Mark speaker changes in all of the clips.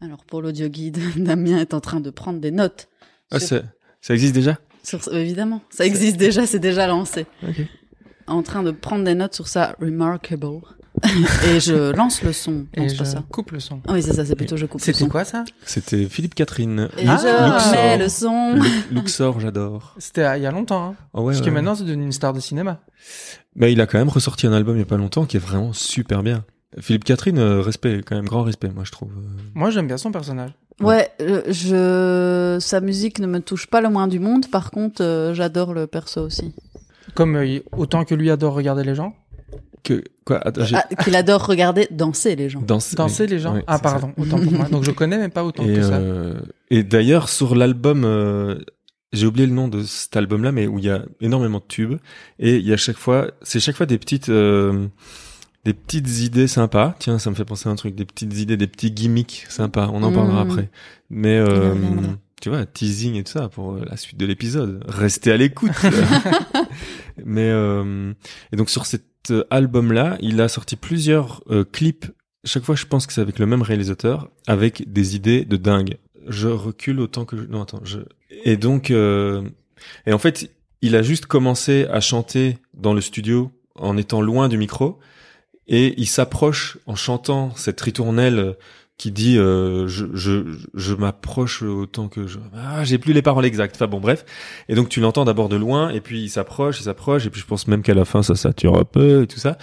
Speaker 1: Alors pour l'audio guide, Damien est en train de prendre des notes.
Speaker 2: Ah,
Speaker 1: sur-
Speaker 2: ça, ça existe déjà
Speaker 1: sur- évidemment, ça existe déjà, c'est déjà lancé.
Speaker 2: Ok.
Speaker 1: En train de prendre des notes sur sa remarkable. Et je lance le son. Non,
Speaker 3: Et
Speaker 1: c'est
Speaker 3: je
Speaker 1: pas ça.
Speaker 3: coupe le son.
Speaker 1: Ah oui, c'est ça, c'est plutôt je coupe le
Speaker 3: C'était
Speaker 1: son.
Speaker 3: quoi ça
Speaker 2: C'était Philippe Catherine.
Speaker 1: Et
Speaker 3: Ah,
Speaker 1: je mets
Speaker 2: Luxor.
Speaker 1: le son.
Speaker 2: Lu- Luxor, j'adore.
Speaker 3: C'était euh, il y a longtemps. Hein.
Speaker 2: Oh ouais,
Speaker 3: Parce que
Speaker 2: ouais.
Speaker 3: maintenant, c'est devenu une star de cinéma.
Speaker 2: Bah, il a quand même ressorti un album il y a pas longtemps qui est vraiment super bien. Philippe Catherine, euh, respect, quand même grand respect, moi je trouve. Euh,
Speaker 3: Moi, j'aime bien son personnage.
Speaker 1: Ouais, euh, je sa musique ne me touche pas le moins du monde. Par contre, euh, j'adore le perso aussi.
Speaker 3: Comme euh, il- autant que lui adore regarder les gens.
Speaker 2: Que quoi Attends, j'ai
Speaker 1: Ah, Qu'il adore regarder danser les gens.
Speaker 2: dansé.
Speaker 3: Danser les gens.
Speaker 2: Ouais,
Speaker 3: ah,
Speaker 2: c'est ça.
Speaker 3: pardon, autant pour moi. Donc, je connais même pas autant
Speaker 2: Et,
Speaker 3: que ça.
Speaker 2: euh, et d'ailleurs, sur l'album, euh, j'ai oublié le nom de cet album-là, mais où il y a énormément de tubes. Et il y a chaque fois, c'est chaque fois des petites, euh, des petites idées sympas. Tiens, ça me fait penser à un truc, des petites idées, des petits gimmicks sympas.
Speaker 3: Mm.
Speaker 2: On en parlera
Speaker 1: Mhm.
Speaker 2: après. Mais euh,
Speaker 1: reviendra.
Speaker 2: tu vois, teasing et tout ça pour euh, la suite de l'épisode. Restez à l'écoute. mais euh, et donc sur cet euh, album-là, il a sorti plusieurs euh, clips chaque fois, je pense que c'est avec le même réalisateur, avec des idées de dingue. Je recule autant que je... Non, attends, je... Et donc... euh, Et en fait, il a juste commencé à chanter dans le studio en étant loin du micro, et il s'approche en chantant cette ritournelle qui dit euh, je, je, je m'approche autant que je... Ah, j'ai plus les paroles exactes. Enfin bon, bref. Et donc tu l'entends d'abord de loin, et puis il s'approche, il s'approche, et puis je pense même qu'à la fin, ça sature un peu, et tout ça.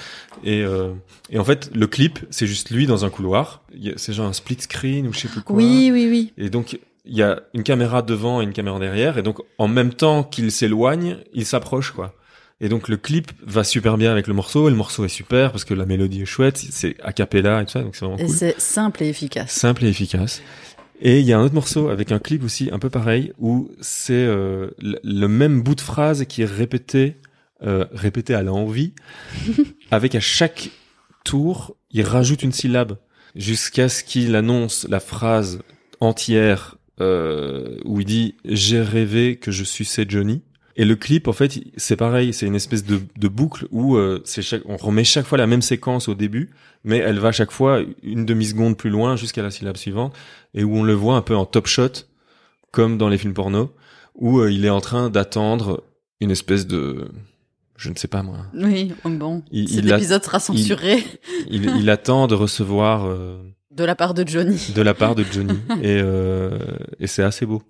Speaker 2: Et... euh, et en fait, le clip, c'est juste lui dans un couloir. Il y a- C'est genre un split screen ou je sais plus quoi.
Speaker 1: Oui, oui, oui.
Speaker 2: Et donc, il y a une caméra devant et une caméra derrière. Et donc, en même temps qu'il s'éloigne, il s'approche, quoi. Et donc, le clip va super bien avec le morceau. Et le morceau est super parce que la mélodie est chouette. C'est a cappella et tout ça. Donc, c'est vraiment
Speaker 1: Et
Speaker 2: cool.
Speaker 1: c'est simple et efficace.
Speaker 2: Simple et efficace. Et il y a un autre morceau avec un clip aussi un peu pareil où c'est euh, le- le même bout de phrase qui est répété, euh, répété à l'envie, avec à chaque tour, il rajoute une syllabe jusqu'à ce qu'il annonce la phrase entière euh, où il dit j'ai rêvé que je suçais Johnny. Et le clip, en fait, c'est pareil, c'est une espèce de, de boucle où euh, c'est chaque, on remet chaque fois la même séquence au début, mais elle va chaque fois une demi-seconde plus loin jusqu'à la syllabe suivante, et où on le voit un peu en top shot, comme dans les films porno, où euh, il est en train d'attendre une espèce de... Je ne sais pas moi.
Speaker 1: Oui, bon.
Speaker 2: Il-
Speaker 1: Cet
Speaker 2: il a-
Speaker 1: épisode sera censuré
Speaker 2: Il, il attend de recevoir euh,
Speaker 1: de la part de Johnny.
Speaker 2: de la part de Johnny, et, euh, et c'est assez beau.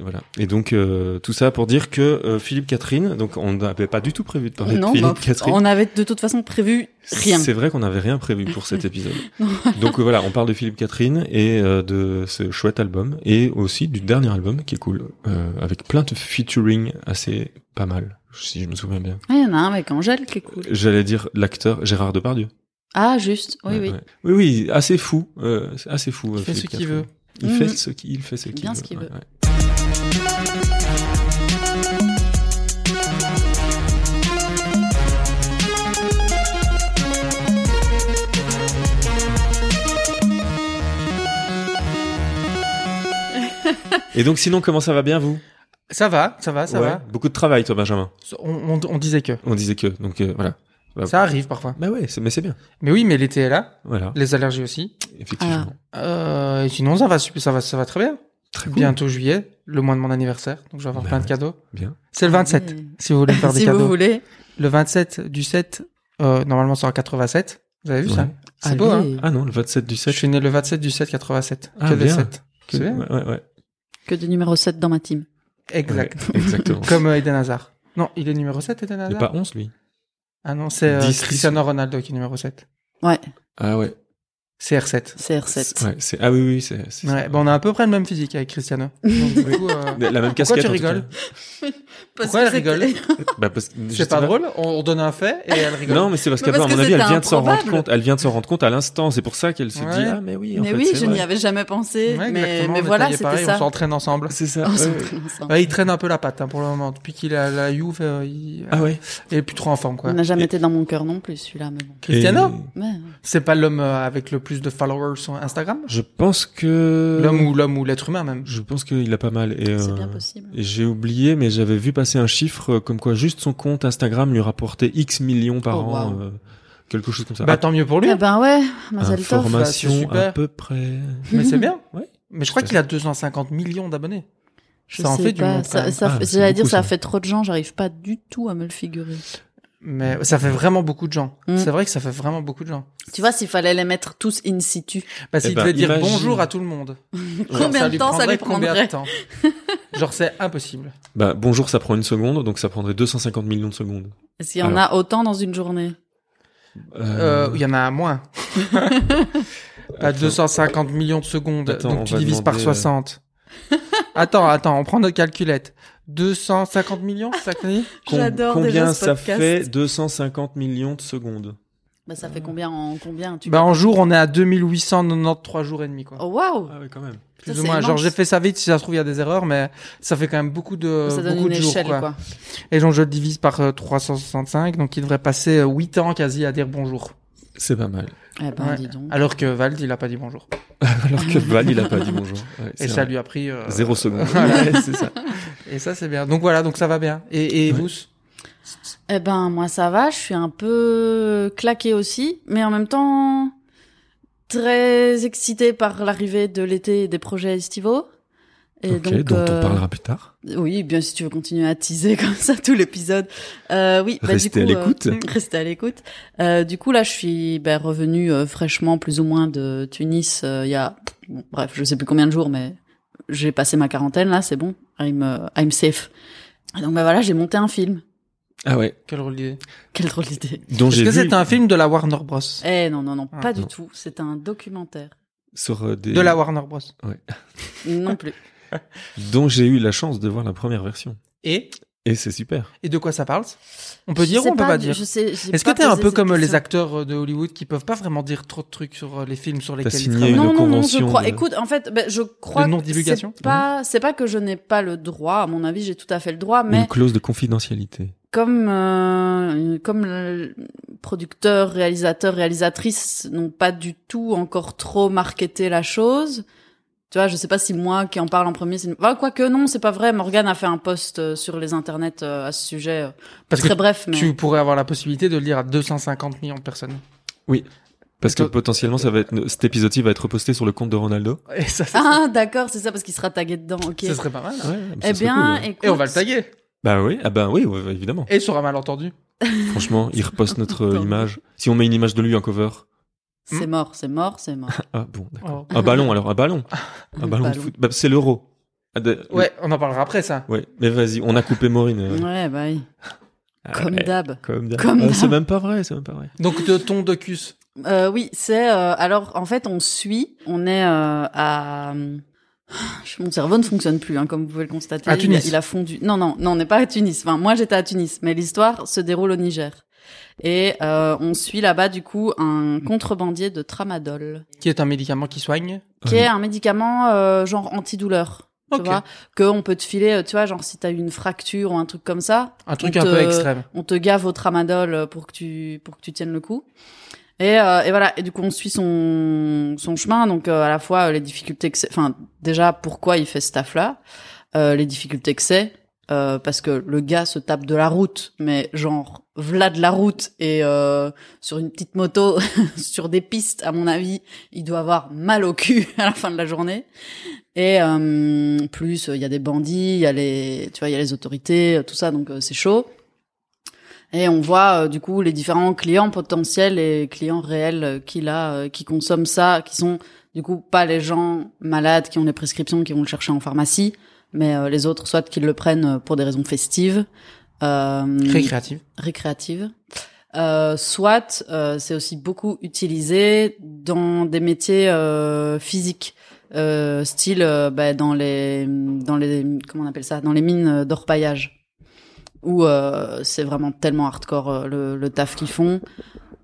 Speaker 2: Et Voilà. Et donc euh, tout ça pour dire que euh, Philippe Catherine, donc on n'avait pas du tout prévu de parler
Speaker 1: Non,
Speaker 2: de Philippe
Speaker 1: bah,
Speaker 2: Catherine.
Speaker 1: on avait de toute façon prévu rien.
Speaker 2: C'est vrai qu'on n'avait rien prévu pour cet épisode. Donc euh, voilà, on parle de Philippe Catherine et euh, de ce chouette album et aussi du dernier album qui est cool, euh, avec plein de featuring assez pas mal, si je me souviens bien.
Speaker 1: Ah, Il y en a un avec Angèle qui est cool.
Speaker 2: J'allais dire l'acteur Gérard Depardieu.
Speaker 1: Ah, juste. Oui,
Speaker 2: Ouais,
Speaker 1: oui.
Speaker 2: ouais. oui, oui, assez fou, euh, c'est assez fou. euh,
Speaker 3: Il fait ce
Speaker 2: Philippe
Speaker 3: qu'il
Speaker 2: Catherine.
Speaker 3: veut.
Speaker 2: Il
Speaker 1: Mhm.
Speaker 2: fait ce qu'il il fait ce qu'il
Speaker 1: Bien
Speaker 2: veut.
Speaker 1: ce qu'il
Speaker 2: ouais,
Speaker 1: veut.
Speaker 2: ouais. Et donc sinon comment ça va bien vous
Speaker 3: Ça va, ça va, Ah, ça
Speaker 2: Ouais.
Speaker 3: va.
Speaker 2: Beaucoup de travail toi Benjamin.
Speaker 3: On, on- on disait que.
Speaker 2: On disait que donc euh, voilà. Bah,
Speaker 3: Ça arrive parfois.
Speaker 2: Bah ouais, c'est- mais c'est bien.
Speaker 3: Mais oui, mais l'été est là.
Speaker 2: Voilà,
Speaker 3: Les allergies aussi.
Speaker 2: effectivement.
Speaker 3: Euh, et sinon, ça va, sup- ça va, ça va très bien.
Speaker 2: Très cool.
Speaker 3: Bientôt juillet, le mois de mon anniversaire. Donc, je vais avoir
Speaker 2: Bah
Speaker 3: plein de
Speaker 2: ouais.
Speaker 3: cadeaux.
Speaker 2: Bien.
Speaker 3: C'est le 27,
Speaker 1: Oui.
Speaker 3: si vous voulez me faire des
Speaker 1: Mmh. si vous
Speaker 3: cadeaux.
Speaker 1: voulez.
Speaker 3: Le 27 du 7, euh, normalement, c'est en 87. Vous avez vu ça
Speaker 2: Ouais.
Speaker 3: C'est beau, hein
Speaker 1: Allez.
Speaker 2: Ah non, le 27 du
Speaker 3: Je
Speaker 2: 7.
Speaker 3: suis né le 27 du 7 87.
Speaker 2: Ah,
Speaker 3: que des
Speaker 2: bien.
Speaker 3: 7. C'est bien
Speaker 2: Ouais, ouais, ouais.
Speaker 1: Que du numéro 7 dans ma team.
Speaker 3: Exact.
Speaker 2: Ouais, exactement.
Speaker 3: Comme euh, Eden Hazard. Non, il est numéro 7, Eden
Speaker 2: Il est
Speaker 3: Hazard
Speaker 2: pas 11, lui.
Speaker 3: Ah non, c'est euh,
Speaker 2: 10,
Speaker 3: Cristiano Ronaldo qui est numéro 7.
Speaker 1: Ouais,
Speaker 2: Ah ouais.
Speaker 3: CR7.
Speaker 1: CR7.
Speaker 2: ouais c'est... Ah oui, oui, c'est. c'est ça.
Speaker 3: Ouais, bah on a à peu près le même physique avec Cristiano. Donc, du coup, euh,
Speaker 2: La même
Speaker 3: Pourquoi
Speaker 2: casquette.
Speaker 3: tu
Speaker 2: en tout cas.
Speaker 3: rigoles Pourquoi elle
Speaker 1: c'était-
Speaker 3: rigole
Speaker 2: Bah, parce que-
Speaker 3: c'est
Speaker 2: justement-
Speaker 3: pas drôle, on, on donne un fait et elle rigole.
Speaker 2: Non, mais c'est parce
Speaker 1: Mais
Speaker 2: qu'à
Speaker 1: parce
Speaker 2: mon
Speaker 1: que
Speaker 2: avis, elle
Speaker 1: c'était
Speaker 2: vient de s'en rendre
Speaker 1: improbable.
Speaker 2: compte. Elle vient de s'en rendre compte à l'instant. C'est pour ça qu'elle se
Speaker 3: Ouais.
Speaker 2: dit Ah, mais oui, en
Speaker 1: Mais
Speaker 2: fait,
Speaker 1: oui,
Speaker 2: c'est
Speaker 1: je
Speaker 2: vrai.
Speaker 1: n'y avais jamais pensé.
Speaker 3: Ouais,
Speaker 1: mais mais
Speaker 3: exactement, on est
Speaker 1: voilà,
Speaker 3: taillés
Speaker 1: c'était
Speaker 3: pareil,
Speaker 1: ça.
Speaker 3: On s'entraîne ensemble.
Speaker 2: C'est ça.
Speaker 1: On
Speaker 2: ouais.
Speaker 1: s'entraîne ensemble.
Speaker 3: Ouais, il traîne un peu la patte hein, pour le moment. Depuis qu'il a la Juve, euh, il...
Speaker 2: Ah ouais.
Speaker 3: il est plus trop en forme. Quoi.
Speaker 1: Il n'a jamais été dans mon cœur non plus, celui-là, mais bon.
Speaker 3: Cristiano
Speaker 2: Et
Speaker 1: Ouais.
Speaker 3: C'est pas l'homme euh, avec le plus de followers sur Instagram
Speaker 2: Je pense
Speaker 1: Euh.
Speaker 2: que.
Speaker 3: L'homme ou l'homme ou l'être humain même.
Speaker 2: Je pense qu'il a pas mal. Et,
Speaker 1: C'est
Speaker 2: euh,
Speaker 1: bien possible.
Speaker 2: et j'ai oublié, mais j'avais vu passer un chiffre euh, comme quoi juste son compte Instagram lui rapportait X millions par
Speaker 1: Oh,
Speaker 2: an.
Speaker 1: waouh.
Speaker 2: euh, quelque chose comme ça.
Speaker 3: Bah tant mieux pour lui.
Speaker 1: Eh ben ouais, Mazel Tov.
Speaker 3: bah, c'est
Speaker 2: Information
Speaker 3: super.
Speaker 2: à peu près.
Speaker 3: Mais
Speaker 1: Mm.
Speaker 3: c'est bien.
Speaker 2: Ouais.
Speaker 3: Mais je crois
Speaker 2: Tout à
Speaker 3: qu'il a 250 millions d'abonnés.
Speaker 1: Je
Speaker 3: Ça en
Speaker 1: sais
Speaker 3: fait du
Speaker 1: pas.
Speaker 3: monde, quand
Speaker 1: Ça,
Speaker 3: même.
Speaker 1: ça
Speaker 2: Ah,
Speaker 1: fait-
Speaker 2: c'est
Speaker 1: J'allais dire,
Speaker 2: beaucoup,
Speaker 1: ça
Speaker 2: ça.
Speaker 1: fait trop de gens, j'arrive pas du tout à me le figurer.
Speaker 3: Mais ça fait vraiment beaucoup de gens.
Speaker 1: Mm.
Speaker 3: C'est vrai que ça fait vraiment beaucoup de gens.
Speaker 1: Tu vois, s'il fallait les mettre tous in situ.
Speaker 3: Bah, s'il
Speaker 2: ben,
Speaker 3: devait dire
Speaker 2: imagine.
Speaker 3: bonjour à tout le monde. Genre,
Speaker 1: Combien de
Speaker 3: lui
Speaker 1: temps ça lui
Speaker 3: combien de temps Genre, c'est impossible.
Speaker 2: Bah, bonjour, ça prend une seconde, donc ça prendrait 250 millions de secondes.
Speaker 1: Est-ce qu'il y en a autant dans une journée
Speaker 3: Euh, Il y en a moins. à
Speaker 2: attends.
Speaker 3: 250 millions de secondes.
Speaker 2: Attends, on
Speaker 3: donc, tu
Speaker 2: va
Speaker 3: divises par
Speaker 2: demander, euh,
Speaker 3: 60. attends, attends, on prend notre calculette. 250 millions, c'est ça que t'as dit
Speaker 2: Com-
Speaker 1: J'adore
Speaker 2: Combien
Speaker 1: déjà ce
Speaker 2: ça
Speaker 1: podcast.
Speaker 2: fait 250 millions de secondes
Speaker 1: Bah, ça fait combien en combien tu...
Speaker 3: Euh. Bah, en jour, on est à 2893 jours et demi, quoi.
Speaker 1: Oh waouh
Speaker 2: Ah ouais, quand même.
Speaker 1: ça,
Speaker 3: Plus ou
Speaker 1: c'est
Speaker 3: moins. Genre,
Speaker 1: immense.
Speaker 3: j'ai fait ça vite, si ça se trouve, il y a des erreurs, mais ça fait quand même beaucoup de,
Speaker 1: Ça donne
Speaker 3: beaucoup
Speaker 1: une
Speaker 3: de jours,
Speaker 1: échelle,
Speaker 3: quoi.
Speaker 1: quoi.
Speaker 3: Et donc, je le divise par euh, 365, donc il devrait passer 8 ans quasi à dire bonjour.
Speaker 2: C'est pas mal.
Speaker 1: Eh ben,
Speaker 3: Ouais.
Speaker 1: dis donc.
Speaker 3: Alors que Vald, il a pas dit bonjour.
Speaker 2: Alors que Val, il a pas dit bonjour. Ouais,
Speaker 3: Et
Speaker 2: c'est
Speaker 3: ça
Speaker 2: vrai.
Speaker 3: lui a pris... euh,
Speaker 2: Zéro seconde.
Speaker 3: Voilà.
Speaker 2: Ouais, c'est ça.
Speaker 3: Et ça, c'est bien. Donc voilà, donc ça va bien. Et, et
Speaker 2: Ouais.
Speaker 3: vous
Speaker 1: Eh ben, moi, ça va, je suis un peu claquée aussi, mais en même temps, très excitée par l'arrivée de l'été et des projets estivaux. Et
Speaker 2: ok,
Speaker 1: donc,
Speaker 2: dont
Speaker 1: euh,
Speaker 2: on parlera plus tard.
Speaker 1: Oui, bien si tu veux continuer à teaser comme ça tout l'épisode. Euh, oui, bah,
Speaker 2: Restez à
Speaker 1: du coup,
Speaker 2: l'écoute.
Speaker 1: euh, restez à l'écoute. Euh, du coup, là, je suis bah, revenue euh, fraîchement, plus ou moins, de Tunis euh, il y a, bon, bref, je sais plus combien de jours, mais j'ai passé ma quarantaine là, c'est bon, I'm, euh, I'm safe. Et donc bah voilà, j'ai monté un film.
Speaker 2: Ah ouais.
Speaker 3: Quelle drôle d'idée.
Speaker 1: Quelle drôle d'idée.
Speaker 2: Dont
Speaker 3: Est-ce
Speaker 2: j'ai
Speaker 3: que
Speaker 2: vu
Speaker 3: c'est un film de la Warner Bros
Speaker 1: Eh non, non, non,
Speaker 3: Ah,
Speaker 1: pas du
Speaker 2: non.
Speaker 1: tout. C'est un documentaire.
Speaker 2: sur euh, des
Speaker 3: De la Warner Bros.
Speaker 1: Non plus.
Speaker 2: dont j'ai eu la chance de voir la première version.
Speaker 3: Et
Speaker 2: Et c'est super.
Speaker 3: Et de quoi ça parle On peut
Speaker 1: Je
Speaker 3: dire
Speaker 1: sais
Speaker 3: ou on peut pas
Speaker 1: du-
Speaker 3: dire
Speaker 1: je sais- j'ai
Speaker 3: Est-ce que
Speaker 1: pas
Speaker 3: t'es un
Speaker 1: posé
Speaker 3: peu
Speaker 1: cette
Speaker 3: comme les
Speaker 1: question.
Speaker 3: acteurs euh, de Hollywood qui peuvent pas vraiment dire trop de trucs sur euh, les films sur lesquels ils
Speaker 2: signé
Speaker 3: travaillent
Speaker 2: une
Speaker 1: non, non, non, je
Speaker 2: convention
Speaker 1: crois.
Speaker 2: de-
Speaker 1: Écoute, en fait, ben, je crois.
Speaker 3: De
Speaker 1: que
Speaker 3: non-divulgation
Speaker 1: C'est pas, c'est pas que je n'ai pas le droit. À mon avis, j'ai tout à fait le droit, mais
Speaker 2: Une clause de confidentialité.
Speaker 1: comme euh, comme le producteur, réalisateur, réalisatrice n'ont pas du tout encore trop marketé la chose. Tu vois, je sais pas si moi qui en parle en premier, c'est une... enfin, quoi que non, c'est pas vrai. Morgane a fait un post euh, sur les internets euh, à ce sujet, euh,
Speaker 3: Parce que
Speaker 1: très bref, mais
Speaker 3: tu pourrais avoir la possibilité de le lire à 250 millions de personnes.
Speaker 2: Parce que
Speaker 3: Parce que-
Speaker 2: potentiellement, ça va être, cet épisode-ci va être reposté sur le compte de Ronaldo.
Speaker 3: Et ça, ça,
Speaker 1: ah d'accord, c'est ça parce qu'il sera tagué dedans. Ok.
Speaker 3: ça serait pas mal. hein.
Speaker 2: Ouais, ça
Speaker 1: eh
Speaker 2: serait
Speaker 1: bien,
Speaker 2: cool, ouais.
Speaker 1: écoute,
Speaker 3: Et on va le taguer.
Speaker 2: Bah oui, ah bah oui, ouais, ouais, évidemment.
Speaker 3: Et sur un malentendu.
Speaker 2: Franchement, il reposte notre euh,
Speaker 1: Attends.
Speaker 2: image. Si on met une image de lui en cover.
Speaker 3: Hmm.
Speaker 1: C'est mort, c'est mort, c'est mort.
Speaker 2: Ah bon, d'accord.
Speaker 3: Oh.
Speaker 2: Un ballon alors, un ballon. Un ballon de
Speaker 1: Ballon.
Speaker 2: foot. Bah, c'est l'euro. Ah, de-
Speaker 3: Ouais, on en parlera après ça.
Speaker 2: Ouais, mais vas-y, on a coupé Maureen. euh.
Speaker 1: Ouais, bah oui. Comme
Speaker 2: Ah, ouais,
Speaker 1: d'hab.
Speaker 2: Comme d'hab.
Speaker 1: Comme
Speaker 2: Ah,
Speaker 1: d'hab.
Speaker 2: c'est même pas vrai, c'est même pas vrai.
Speaker 3: Donc de ton docus.
Speaker 1: Euh, oui, c'est euh, alors en fait on suit, on est euh, à mon cerveau ne fonctionne plus, hein, comme vous pouvez le constater.
Speaker 3: À
Speaker 1: Il-
Speaker 3: Tunis.
Speaker 1: Il, a fondu. Non, non, non, on n'est pas à Tunis. Enfin, moi j'étais à Tunis, mais l'histoire se déroule au Niger. Et euh, on suit là-bas du coup un contrebandier de tramadol,
Speaker 3: qui est un médicament qui soigne.
Speaker 1: qui est un médicament euh, genre antidouleur, tu
Speaker 3: Ok.
Speaker 1: vois, que on peut te filer, euh, tu vois, genre si t'as eu une fracture ou un truc comme ça,
Speaker 3: Un truc
Speaker 1: Ou
Speaker 3: un peu
Speaker 1: te-
Speaker 3: extrême.
Speaker 1: on te gave au tramadol euh, pour que tu pour que tu tiennes le coup. Et, euh, et voilà. Et du coup, on suit son son chemin. Donc euh, à la fois euh, les difficultés que c'est, enfin déjà pourquoi il fait ce taf là, les difficultés que c'est. euh, parce que le gars se tape de la route, mais genre v'là de la route et euh, sur une petite moto, sur des pistes, à mon avis, il doit avoir mal au cul à la fin de la journée. Et euh, plus, euh, il y a des bandits, il y a les, tu vois, il y a les autorités, euh, tout ça, donc euh, c'est chaud. Et on voit euh, du coup les différents clients potentiels et clients réels euh, qu'il a, euh, qui consomment ça, qui sont du coup pas les gens malades qui ont les prescriptions, qui vont le chercher en pharmacie, mais euh, les autres, soit qu'ils le prennent euh, pour des raisons festives, euh,
Speaker 3: Récréative.
Speaker 1: récréative. Euh, soit euh, c'est aussi beaucoup utilisé dans des métiers euh, physiques, euh, style euh, bah, dans les dans les comment on appelle ça, dans les mines euh, d'orpaillage, où euh, c'est vraiment tellement hardcore euh, le, le taf qu'ils font.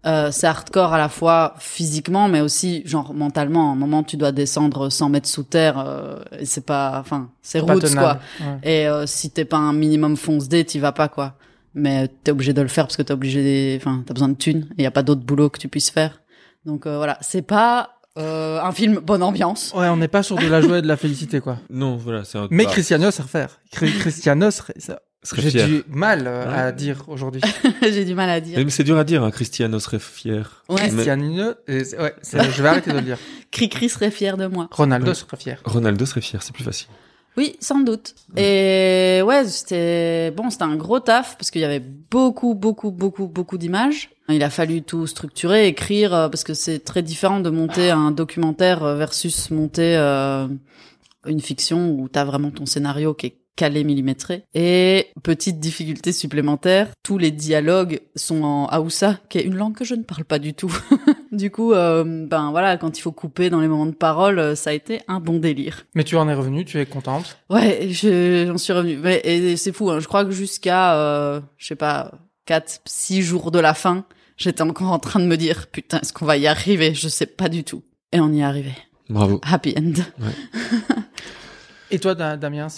Speaker 1: Euh, c'est hardcore à la fois physiquement, mais aussi genre mentalement. À un moment, tu dois descendre 100 mètres sous terre, euh, et c'est pas, enfin, c'est
Speaker 3: Pas
Speaker 1: roots quoi.
Speaker 3: tenable. Ouais.
Speaker 1: Et euh, si t'es pas un minimum fonce dé, t'y vas pas quoi. Mais euh, t'es obligé de le faire parce que t'es obligé, des... enfin t'as besoin de thunes et y a pas d'autre boulot que tu puisses faire. Donc euh, voilà, c'est pas euh, un film bonne ambiance.
Speaker 3: Ouais, on n'est pas sur de la joie et de la félicité, quoi.
Speaker 2: Ah, Non, voilà, c'est un.
Speaker 3: Mais
Speaker 2: bah,
Speaker 3: Cristiano sait refaire. Cri- Cristiano sait- sait-
Speaker 2: serait
Speaker 3: J'ai
Speaker 2: fier.
Speaker 3: du mal euh,
Speaker 2: Ouais.
Speaker 3: à dire aujourd'hui.
Speaker 1: J'ai du mal à dire.
Speaker 2: Mais c'est dur à dire, hein, Cristiano serait fier.
Speaker 1: Ouais.
Speaker 2: Mais
Speaker 3: Cristiano, euh, c'est- ouais, c'est- je vais arrêter de le dire.
Speaker 1: Cricri serait fier de moi.
Speaker 3: Ronaldo
Speaker 2: Ouais.
Speaker 3: serait fier.
Speaker 2: Ronaldo serait fier, c'est plus facile.
Speaker 1: Oui, sans doute. Et ouais, c'était bon, c'était un gros taf parce qu'il y avait beaucoup, beaucoup, beaucoup, beaucoup d'images. Il a fallu tout structurer, écrire euh, parce que c'est très différent de monter un documentaire euh, versus monter euh, une fiction où t'as vraiment ton scénario qui est calé millimétré. Et petite difficulté supplémentaire, tous les dialogues sont en Haoussa, qui est une langue que je ne parle pas du tout. du coup, euh, ben voilà, quand il faut couper dans les moments de parole, euh, ça a été un bon délire.
Speaker 3: Mais tu en es revenu, tu es contente.
Speaker 1: Ouais, je- j'en suis revenue. Mais et c'est fou, hein. je crois que jusqu'à, euh, je sais pas, 4, 6 jours de la fin, j'étais encore en train de me dire, putain, est-ce qu'on va y arriver Je sais pas du tout. Et on y est arrivé.
Speaker 2: Bravo.
Speaker 1: Happy end.
Speaker 3: Et toi, Da- Damiens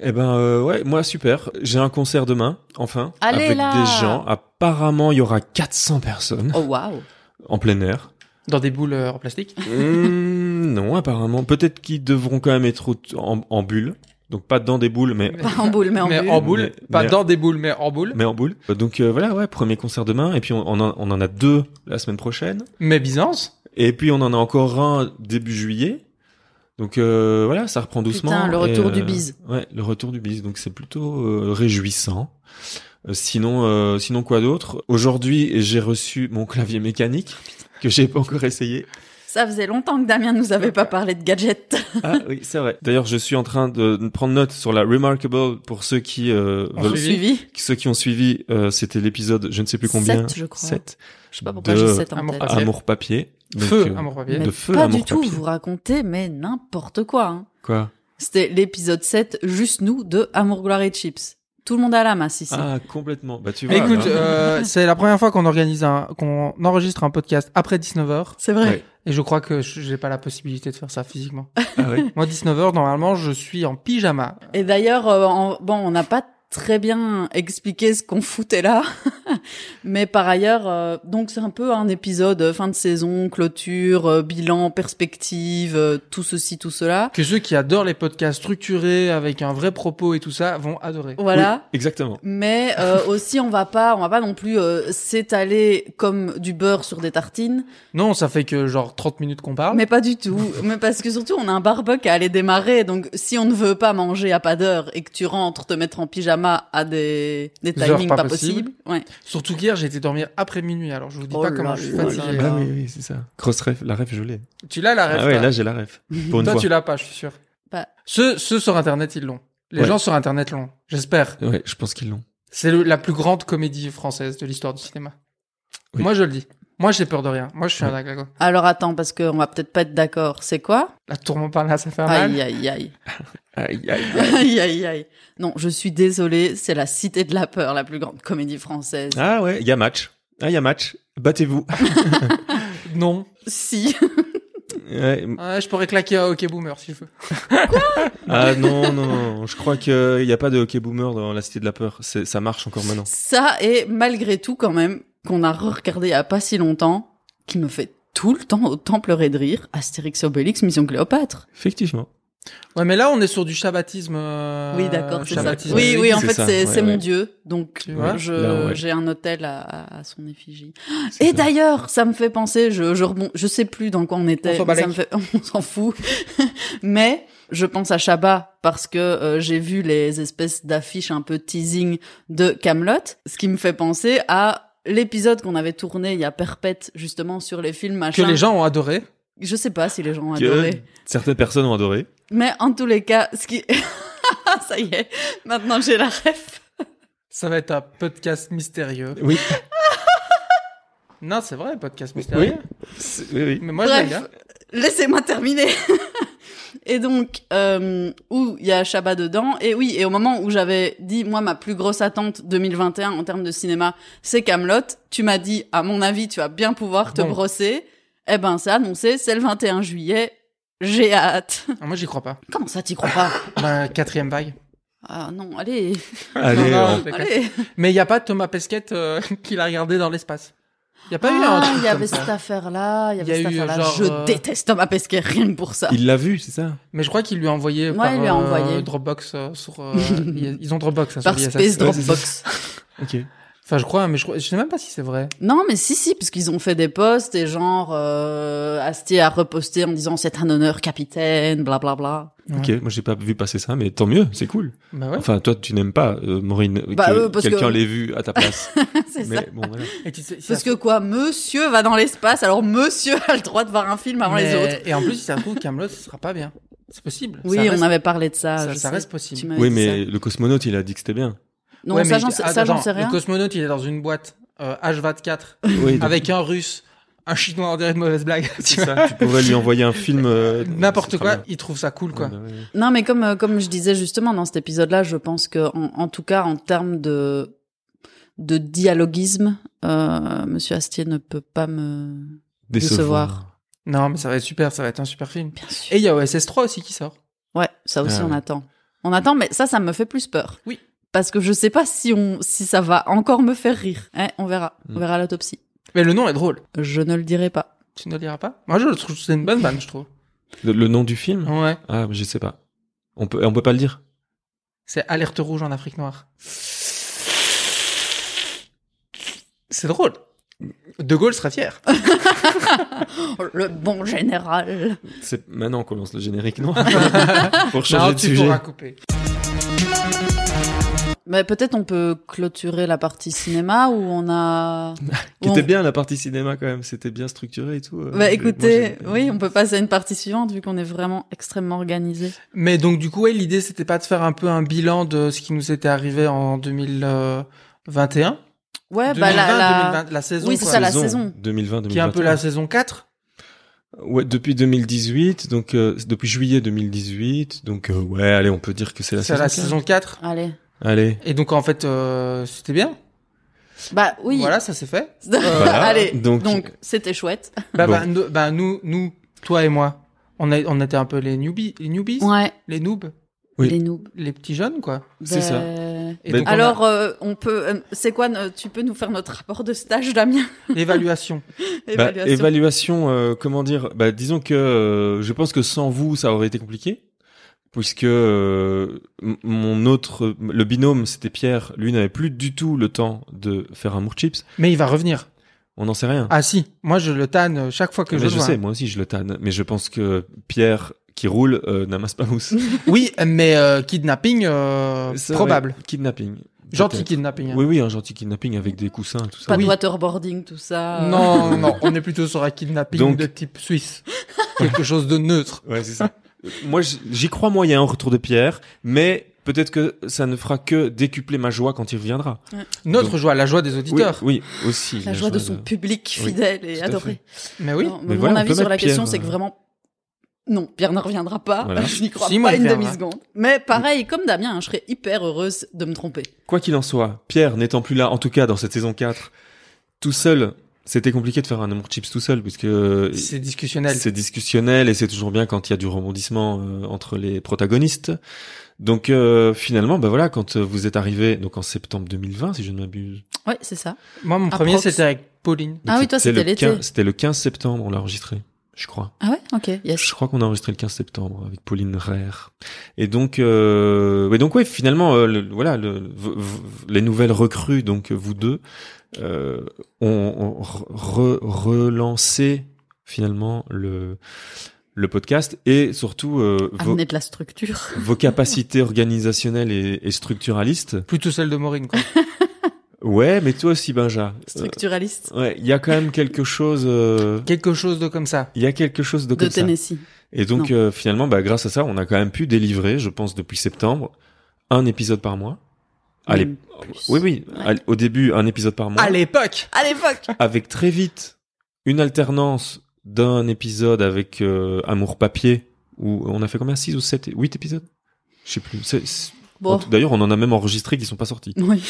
Speaker 2: Eh ben euh, ouais, moi super. J'ai un concert demain, enfin,
Speaker 1: Allez,
Speaker 2: avec
Speaker 1: là
Speaker 2: des gens. Apparemment, il y aura 400 personnes
Speaker 1: Oh waouh.
Speaker 2: en plein air.
Speaker 3: Dans des boules euh, en plastique
Speaker 2: Hmm, non, apparemment. Peut-être qu'ils devront quand même être au- en, en bulle, donc pas dans des boules, mais
Speaker 1: Pas en boule, mais en
Speaker 3: Mais
Speaker 1: bulle.
Speaker 3: en boule.
Speaker 2: Mais-
Speaker 3: Pas
Speaker 2: mais-
Speaker 3: dans des boules, mais en boule.
Speaker 2: mais en boule. Donc euh, voilà, ouais, premier concert demain, et puis on, on en, on en a deux la semaine prochaine,
Speaker 3: Mais Byzance
Speaker 2: et puis on en a encore un début juillet. Donc euh, voilà, ça reprend doucement.
Speaker 1: Putain, le
Speaker 2: et,
Speaker 1: retour du
Speaker 2: euh,
Speaker 1: bise.
Speaker 2: Ouais, le retour du bis. Donc c'est plutôt euh, réjouissant. Euh, sinon, euh, sinon quoi d'autre Aujourd'hui, j'ai reçu mon clavier mécanique que j'ai pas encore essayé.
Speaker 1: Ça faisait longtemps que Damien nous avait pas parlé de gadgets.
Speaker 2: Ah oui, c'est vrai. D'ailleurs, je suis en train de prendre note sur la Remarkable pour ceux qui euh,
Speaker 1: Ah.
Speaker 3: En
Speaker 2: veulent-
Speaker 3: suivi.
Speaker 1: Suivi.
Speaker 2: ceux qui ont suivi. euh, C'était l'épisode, je ne sais plus combien.
Speaker 1: Sept, je crois.
Speaker 2: Sept.
Speaker 1: Je sais pas pourquoi
Speaker 2: De-
Speaker 1: j'ai 7 en
Speaker 3: Amour
Speaker 1: tête.
Speaker 3: Papier.
Speaker 2: Amour papier. Donc,
Speaker 3: Feu,
Speaker 2: euh,
Speaker 3: amour papier.
Speaker 1: Mais
Speaker 2: de feu,
Speaker 1: pas
Speaker 2: amour
Speaker 1: du tout,
Speaker 2: papier.
Speaker 1: vous racontez, mais n'importe quoi. hein.
Speaker 2: Quoi
Speaker 1: C'était l'épisode 7, juste nous, de Amour, Gloire et Chips. Tout le monde à la masse ici.
Speaker 2: Ah complètement. Bah tu vois.
Speaker 3: Mais Écoute,
Speaker 2: hein.
Speaker 3: euh, c'est la première fois qu'on organise un, qu'on enregistre un podcast après 19h.
Speaker 1: C'est vrai.
Speaker 2: Ouais.
Speaker 3: Et je crois que je- j'ai pas la possibilité de faire ça physiquement.
Speaker 2: Ah ouais.
Speaker 3: Moi, 19h, normalement, je suis en pyjama.
Speaker 1: Et d'ailleurs, euh, en- bon, on n'a pas très bien expliqué ce qu'on foutait là, mais par ailleurs, euh, donc c'est un peu un épisode euh, fin de saison, clôture, euh, bilan, perspective, euh, tout ceci, tout cela.
Speaker 3: Que ceux qui adorent les podcasts structurés avec un vrai propos et tout ça vont adorer.
Speaker 1: Voilà.
Speaker 2: Oui, exactement.
Speaker 1: Mais euh, aussi, on va pas, on va pas non plus euh, s'étaler comme du beurre sur des tartines,
Speaker 3: Non, ça fait que genre 30 minutes qu'on parle.
Speaker 1: mais pas du tout. mais parce que surtout, on a un barbecue à aller démarrer, donc si on ne veut pas manger à pas d'heure et que tu rentres te mettre en pyjama à des, des
Speaker 3: Des heures
Speaker 1: timings
Speaker 3: pas
Speaker 1: pas, possibles, ouais.
Speaker 3: Surtout qu'hier, j'ai été dormir après minuit, alors je vous dis
Speaker 1: Oh
Speaker 3: pas
Speaker 1: là
Speaker 3: comment je suis
Speaker 1: là
Speaker 3: fatigué. hein.
Speaker 1: là.
Speaker 2: Ah oui, oui, c'est ça. Cross ref, la ref, je l'ai.
Speaker 3: Tu l'as la ref
Speaker 2: Ah ouais,
Speaker 3: toi
Speaker 2: là j'ai la ref. Pour une
Speaker 3: Toi,
Speaker 2: fois.
Speaker 3: tu l'as pas, je suis sûr.
Speaker 1: Pas.
Speaker 3: Ceux, ceux sur Internet, ils l'ont. Les
Speaker 2: Ouais.
Speaker 3: gens sur Internet l'ont, j'espère.
Speaker 2: Ouais, je pense qu'ils l'ont.
Speaker 3: C'est le- la plus grande comédie française de l'histoire du cinéma.
Speaker 2: Oui.
Speaker 3: Moi, je le dis. Moi, j'ai peur de rien. Moi, je suis un aglago.
Speaker 1: Alors attends, parce qu'on va peut-être pas être d'accord. C'est quoi
Speaker 3: La tourmente par là, ça fait un mal.
Speaker 1: Aïe, aïe, aïe.
Speaker 2: Aïe, aïe, aïe.
Speaker 1: Aïe, aïe, aïe. Non, je suis désolée, c'est la Cité de la Peur, la plus grande comédie française.
Speaker 2: Ah ouais, il y a match. Ah, il y a match. Battez-vous.
Speaker 3: Non.
Speaker 1: Si.
Speaker 2: Ouais.
Speaker 3: Ouais, je pourrais claquer à Hockey Boomer si je veux.
Speaker 2: Ah non, non, non. Je crois qu'il n'y a pas de hockey boomer dans la cité de la peur. C'est- Ça marche encore maintenant.
Speaker 1: Ça, et malgré tout, quand même, qu'on a regardé il y a pas si longtemps, qui me fait tout le temps autant pleurer de rire, Astérix et Obélix, Mission Cléopâtre.
Speaker 2: Effectivement.
Speaker 3: Ouais, mais là, on est sur du shabbatisme. euh,
Speaker 1: oui, d'accord, c'est ça.
Speaker 3: shabbatisme.
Speaker 1: Oui, oui, en
Speaker 2: C'est
Speaker 1: fait,
Speaker 2: ça,
Speaker 1: c'est
Speaker 2: ouais,
Speaker 1: c'est mon
Speaker 2: ouais.
Speaker 1: dieu. Donc,
Speaker 3: Tu vois
Speaker 1: je-
Speaker 2: Là, ouais.
Speaker 1: j'ai un hôtel à- à- à son effigie.
Speaker 2: C'est
Speaker 1: Et
Speaker 2: ça.
Speaker 1: d'ailleurs, ça me fait penser, je, je rebond, je sais plus dans quoi on
Speaker 3: On
Speaker 1: était,
Speaker 3: s'en
Speaker 1: mais ça me
Speaker 3: balèque.
Speaker 1: fait, on s'en fout. mais je pense à Shabba parce que euh, j'ai vu les espèces d'affiches un peu teasing de Camelot, ce qui me fait penser à l'épisode qu'on avait tourné il y a perpète justement sur les films
Speaker 3: Que
Speaker 1: machin.
Speaker 3: les gens ont adoré.
Speaker 1: Je sais pas si les gens ont
Speaker 2: Que
Speaker 1: adoré,
Speaker 2: certaines personnes ont adoré.
Speaker 1: mais en tous les cas, ce qui ça y est, maintenant j'ai la ref.
Speaker 3: Ça va être un podcast mystérieux.
Speaker 2: Oui.
Speaker 3: Non, c'est vrai, podcast
Speaker 2: Oui.
Speaker 3: mystérieux.
Speaker 2: C'est- oui, oui.
Speaker 3: Mais moi, je l'aime
Speaker 1: Bref.
Speaker 3: bien.
Speaker 1: Laissez-moi terminer. et donc, euh, où il y a Shabba dedans. Et oui, et au moment où j'avais dit, moi, ma plus grosse attente 2021 en termes de cinéma, c'est Camelot. Tu m'as dit, à mon avis, tu vas bien pouvoir te
Speaker 3: Bon.
Speaker 1: brosser. Eh ben, c'est annoncé, c'est le 21 juillet. J'ai hâte.
Speaker 3: Ah, Moi, j'y crois pas.
Speaker 1: Comment ça, t'y crois pas
Speaker 3: La quatrième vague.
Speaker 1: Ah non, allez,
Speaker 2: Allez,
Speaker 3: Non, non,
Speaker 2: on-
Speaker 3: je déconne.
Speaker 1: allez.
Speaker 3: Mais il n'y a pas Thomas Pesquette euh, qui l'a regardé dans l'espace. Il y a pas eu un
Speaker 1: Ah,
Speaker 3: truc
Speaker 1: Il y avait
Speaker 3: comme ça.
Speaker 1: cette affaire-là, il y avait
Speaker 3: Il y a
Speaker 1: cette
Speaker 3: eu,
Speaker 1: affaire-là.
Speaker 3: genre,
Speaker 1: Je
Speaker 3: euh,
Speaker 1: déteste Thomas Pesquet rien que pour ça.
Speaker 2: Il l'a vu, c'est ça
Speaker 3: Mais je crois qu'il lui a envoyé
Speaker 1: Ouais,
Speaker 3: par
Speaker 1: il lui a
Speaker 3: euh,
Speaker 1: envoyé.
Speaker 3: Dropbox euh, sur euh, ils ils ont Dropbox hein,
Speaker 1: Par
Speaker 3: sur
Speaker 1: Space
Speaker 3: l'ISS.
Speaker 2: Ouais, c'est
Speaker 1: Dropbox.
Speaker 2: Ok.
Speaker 3: Enfin, je crois mais je, crois- je sais même pas si c'est vrai.
Speaker 1: Non, mais si, si, parce qu'ils ont fait des posts et genre euh, Astier a reposté en disant c'est un honneur capitaine, bla bla bla.
Speaker 2: Ok, moi j'ai pas vu passer ça, mais tant mieux, c'est cool.
Speaker 3: Bah ouais.
Speaker 2: Enfin, toi tu n'aimes pas euh, Maureen,
Speaker 1: Bah,
Speaker 2: que
Speaker 1: euh, parce
Speaker 2: quelqu'un
Speaker 1: que-
Speaker 2: l'ait vu à ta place.
Speaker 1: c'est
Speaker 2: mais
Speaker 1: ça.
Speaker 2: bon, voilà.
Speaker 3: Et tu sais- si ça
Speaker 1: Parce que quoi, Monsieur va dans l'espace, alors Monsieur a le droit de voir un film avant les
Speaker 3: Mais-
Speaker 1: autres.
Speaker 3: Et en plus, si ça se trouve, Camelot, ce sera pas bien. C'est possible.
Speaker 1: Oui,
Speaker 3: ça reste,
Speaker 1: on avait parlé de ça.
Speaker 3: ça,
Speaker 1: je
Speaker 3: ça
Speaker 1: sais.
Speaker 3: reste
Speaker 1: Tu
Speaker 3: possible.
Speaker 1: m'avais
Speaker 2: Oui,
Speaker 1: dit
Speaker 2: mais
Speaker 1: ça.
Speaker 2: le cosmonaute, il a dit que c'était bien.
Speaker 1: non,
Speaker 3: Ouais,
Speaker 1: ça
Speaker 3: mais-
Speaker 1: j'en sais,
Speaker 3: ah,
Speaker 1: ça, j'en
Speaker 3: attends,
Speaker 1: sais rien.
Speaker 3: Le cosmonaute, il est dans une boîte euh, H24
Speaker 2: Oui, donc,
Speaker 3: avec un russe, un chinois, on dirait une mauvaise blague. tu
Speaker 2: c'est
Speaker 3: vois.
Speaker 2: ça, tu pourrais lui envoyer un film. euh,
Speaker 3: N'importe
Speaker 2: c'est
Speaker 3: quoi,
Speaker 2: très bien.
Speaker 3: il trouve ça cool, quoi.
Speaker 2: Ouais, bah, ouais.
Speaker 1: Non, mais comme euh, comme je disais justement dans cet épisode-là, je pense que en, en tout cas en termes de de dialoguisme, euh, Monsieur Astier ne peut pas me. Décevoir.
Speaker 3: Non, mais ça va être super, ça va être un super film.
Speaker 1: Bien sûr.
Speaker 3: Et il y a OSS 3 aussi qui sort.
Speaker 1: Ouais, ça aussi
Speaker 2: Ah
Speaker 1: on
Speaker 2: ouais.
Speaker 1: attend. On attend, mais ça, ça me fait plus peur.
Speaker 3: Oui.
Speaker 1: Parce que je sais pas si on, si ça va encore me faire rire. Eh, on verra.
Speaker 2: Mm.
Speaker 1: On verra l'autopsie.
Speaker 3: Mais le nom est drôle.
Speaker 1: Je ne le dirai pas.
Speaker 3: Tu ne le liras pas Moi, je le trouve, c'est une bonne vanne, je trouve.
Speaker 2: Le, le nom du film
Speaker 3: Ouais.
Speaker 2: Ah, je sais pas. On peut, on peut pas le dire.
Speaker 3: C'est Alerte rouge en Afrique noire. C'est drôle. De Gaulle serait fier.
Speaker 2: Ah,
Speaker 1: Oh, Le bon général.
Speaker 2: C'est maintenant qu'on lance le générique, non Pour changer
Speaker 3: Non,
Speaker 2: de
Speaker 3: tu
Speaker 2: sujet.
Speaker 3: pourras couper.
Speaker 1: Mais peut-être on peut clôturer la partie cinéma où on a.
Speaker 2: Qui
Speaker 1: où on-
Speaker 2: était bien la partie cinéma quand même, c'était bien structuré et tout. euh,
Speaker 1: Bah
Speaker 2: j'ai-
Speaker 1: écoutez,
Speaker 2: moi, j'ai-
Speaker 1: oui, on peut passer à une partie suivante vu qu'on est vraiment extrêmement organisé.
Speaker 3: Mais donc du coup, ouais, l'idée c'était pas de faire un peu un bilan de ce qui nous était arrivé en 2021.
Speaker 1: Ouais, bah la, la-
Speaker 3: 2020, la saison
Speaker 1: Oui, c'est
Speaker 3: quoi,
Speaker 1: ça, la saison.
Speaker 2: 2020, 2021.
Speaker 3: qui est un peu la saison 4.
Speaker 2: Ouais, depuis 2018, donc euh, depuis juillet 2018, donc euh, ouais, allez, on peut dire que c'est la
Speaker 3: C'est
Speaker 2: saison.
Speaker 3: la
Speaker 2: quatre.
Speaker 3: saison 4.
Speaker 1: Allez.
Speaker 2: Allez.
Speaker 3: Et donc en fait, euh, c'était bien.
Speaker 1: Bah oui.
Speaker 3: Voilà, ça s'est fait.
Speaker 2: Voilà.
Speaker 1: Allez.
Speaker 2: Donc-
Speaker 1: Donc c'était chouette.
Speaker 3: Bah,
Speaker 2: Bon.
Speaker 3: bah, nous, bah, nous, nous, toi et moi, on, a, on était un peu les newbies, les newbies,
Speaker 1: Ouais.
Speaker 3: les noobs,
Speaker 2: Oui.
Speaker 1: Les noobs.
Speaker 3: les petits jeunes quoi.
Speaker 2: C'est ça.
Speaker 1: Bah,
Speaker 3: Et
Speaker 2: Mais-
Speaker 3: donc, on a
Speaker 1: Alors, euh, on peut. euh, c'est quoi euh, Tu peux nous faire notre rapport de stage, Damien
Speaker 3: l'évaluation.
Speaker 2: Bah,
Speaker 1: Évaluation.
Speaker 2: évaluation, euh, comment dire bah, Disons que euh, je pense que sans vous, ça aurait été compliqué, puisque euh, m- mon autre, le binôme, c'était Pierre. Lui n'avait plus du tout le temps de faire un mour chips.
Speaker 3: Mais il va revenir.
Speaker 2: On n'en sait rien.
Speaker 3: Ah si, moi je le tanne euh, chaque fois que je
Speaker 2: mais
Speaker 3: le
Speaker 2: je
Speaker 3: vois.
Speaker 2: sais, moi aussi, je le tanne. Mais je pense que Pierre qui roule euh, n'amasse pas mousse.
Speaker 3: Oui, mais euh, kidnapping euh,
Speaker 2: Ça,
Speaker 3: probable.
Speaker 2: ouais, Kidnapping.
Speaker 3: Gentil
Speaker 2: Peut-être.
Speaker 3: kidnapping. hein.
Speaker 2: Oui, oui, un gentil kidnapping avec des coussins, tout ça.
Speaker 1: Pas
Speaker 3: oui.
Speaker 1: de waterboarding, tout ça. euh.
Speaker 3: Non, non, on est plutôt sur un kidnapping
Speaker 2: Donc-
Speaker 3: de type suisse. Quelque chose de neutre.
Speaker 2: Ouais, c'est ça. Euh, Moi, j- j'y crois moyen au retour de Pierre, mais peut-être que ça ne fera que décupler ma joie quand il reviendra.
Speaker 3: Notre
Speaker 2: Donc-
Speaker 3: joie, la joie des
Speaker 2: Oui,
Speaker 3: auditeurs.
Speaker 2: oui, aussi.
Speaker 1: La joie de son public
Speaker 2: Oui,
Speaker 1: fidèle et
Speaker 2: tout à
Speaker 1: adoré.
Speaker 3: Mais oui.
Speaker 1: Non,
Speaker 2: Mais
Speaker 1: mon
Speaker 2: voilà, on peut
Speaker 1: avis sur
Speaker 2: mettre
Speaker 1: la question,
Speaker 2: Pierre,
Speaker 1: c'est que
Speaker 2: euh,
Speaker 1: vraiment. Non, Pierre ne reviendra pas.
Speaker 2: Voilà.
Speaker 1: Je n'y crois
Speaker 3: Si, moi,
Speaker 1: pas
Speaker 3: il
Speaker 1: une
Speaker 3: reviendra.
Speaker 1: demi-seconde. Mais pareil, comme Damien, hein, je serais hyper heureuse de me tromper.
Speaker 2: Quoi qu'il en soit, Pierre n'étant plus là, en tout cas dans cette saison 4, tout seul, c'était compliqué de faire un amour chips tout seul, puisque euh,
Speaker 3: C'est discussionnel.
Speaker 2: c'est discussionnel et c'est toujours bien quand il y a du rebondissement euh, entre les protagonistes. Donc euh, finalement, bah voilà, quand euh, vous êtes arrivé, donc en septembre 2020, si je ne m'abuse.
Speaker 1: Ouais, c'est ça.
Speaker 3: Moi, mon premier,
Speaker 1: Approx.
Speaker 3: c'était avec Pauline.
Speaker 2: Donc
Speaker 1: Ah oui, toi,
Speaker 2: le
Speaker 1: c'était l'été.
Speaker 2: 15 C'était le 15 septembre, on l'a enregistré, je crois.
Speaker 1: Ah ouais, ok, yes.
Speaker 2: Je crois qu'on a enregistré le 15 septembre avec Pauline Rare. Et donc, euh, ouais, donc ouais, finalement, euh, le- voilà, le- v- v- les nouvelles recrues, donc euh, vous deux, euh, ont, ont re- re- relancé finalement le le podcast et surtout euh, vos,
Speaker 1: Amener de la structure.
Speaker 2: vos capacités organisationnelles et, et structuralistes.
Speaker 3: Plutôt celle de Maureen, quoi.
Speaker 2: Ouais, mais toi aussi, Benja. Euh,
Speaker 1: Structuraliste
Speaker 2: ouais, il y a quand même quelque chose. euh,
Speaker 3: Quelque chose de comme ça.
Speaker 2: Il y a quelque chose de
Speaker 1: de
Speaker 2: comme ça.
Speaker 1: Tennessee.
Speaker 2: Et donc euh, finalement, bah, grâce à ça, on a quand même pu délivrer, je pense, depuis septembre, un épisode par mois. Allez,
Speaker 1: Même plus.
Speaker 2: oui, oui.
Speaker 1: Ouais.
Speaker 2: à l- Au début, un épisode par mois,
Speaker 3: À l'époque!
Speaker 1: À l'époque
Speaker 2: avec très vite une alternance d'un épisode avec euh, Amour Papier, où on a fait combien, 6 ou 7, 8 épisodes Je sais plus. C'est- c'est-
Speaker 1: Bon,
Speaker 2: D'ailleurs, on en a même enregistré qui sont pas sortis.
Speaker 1: oui,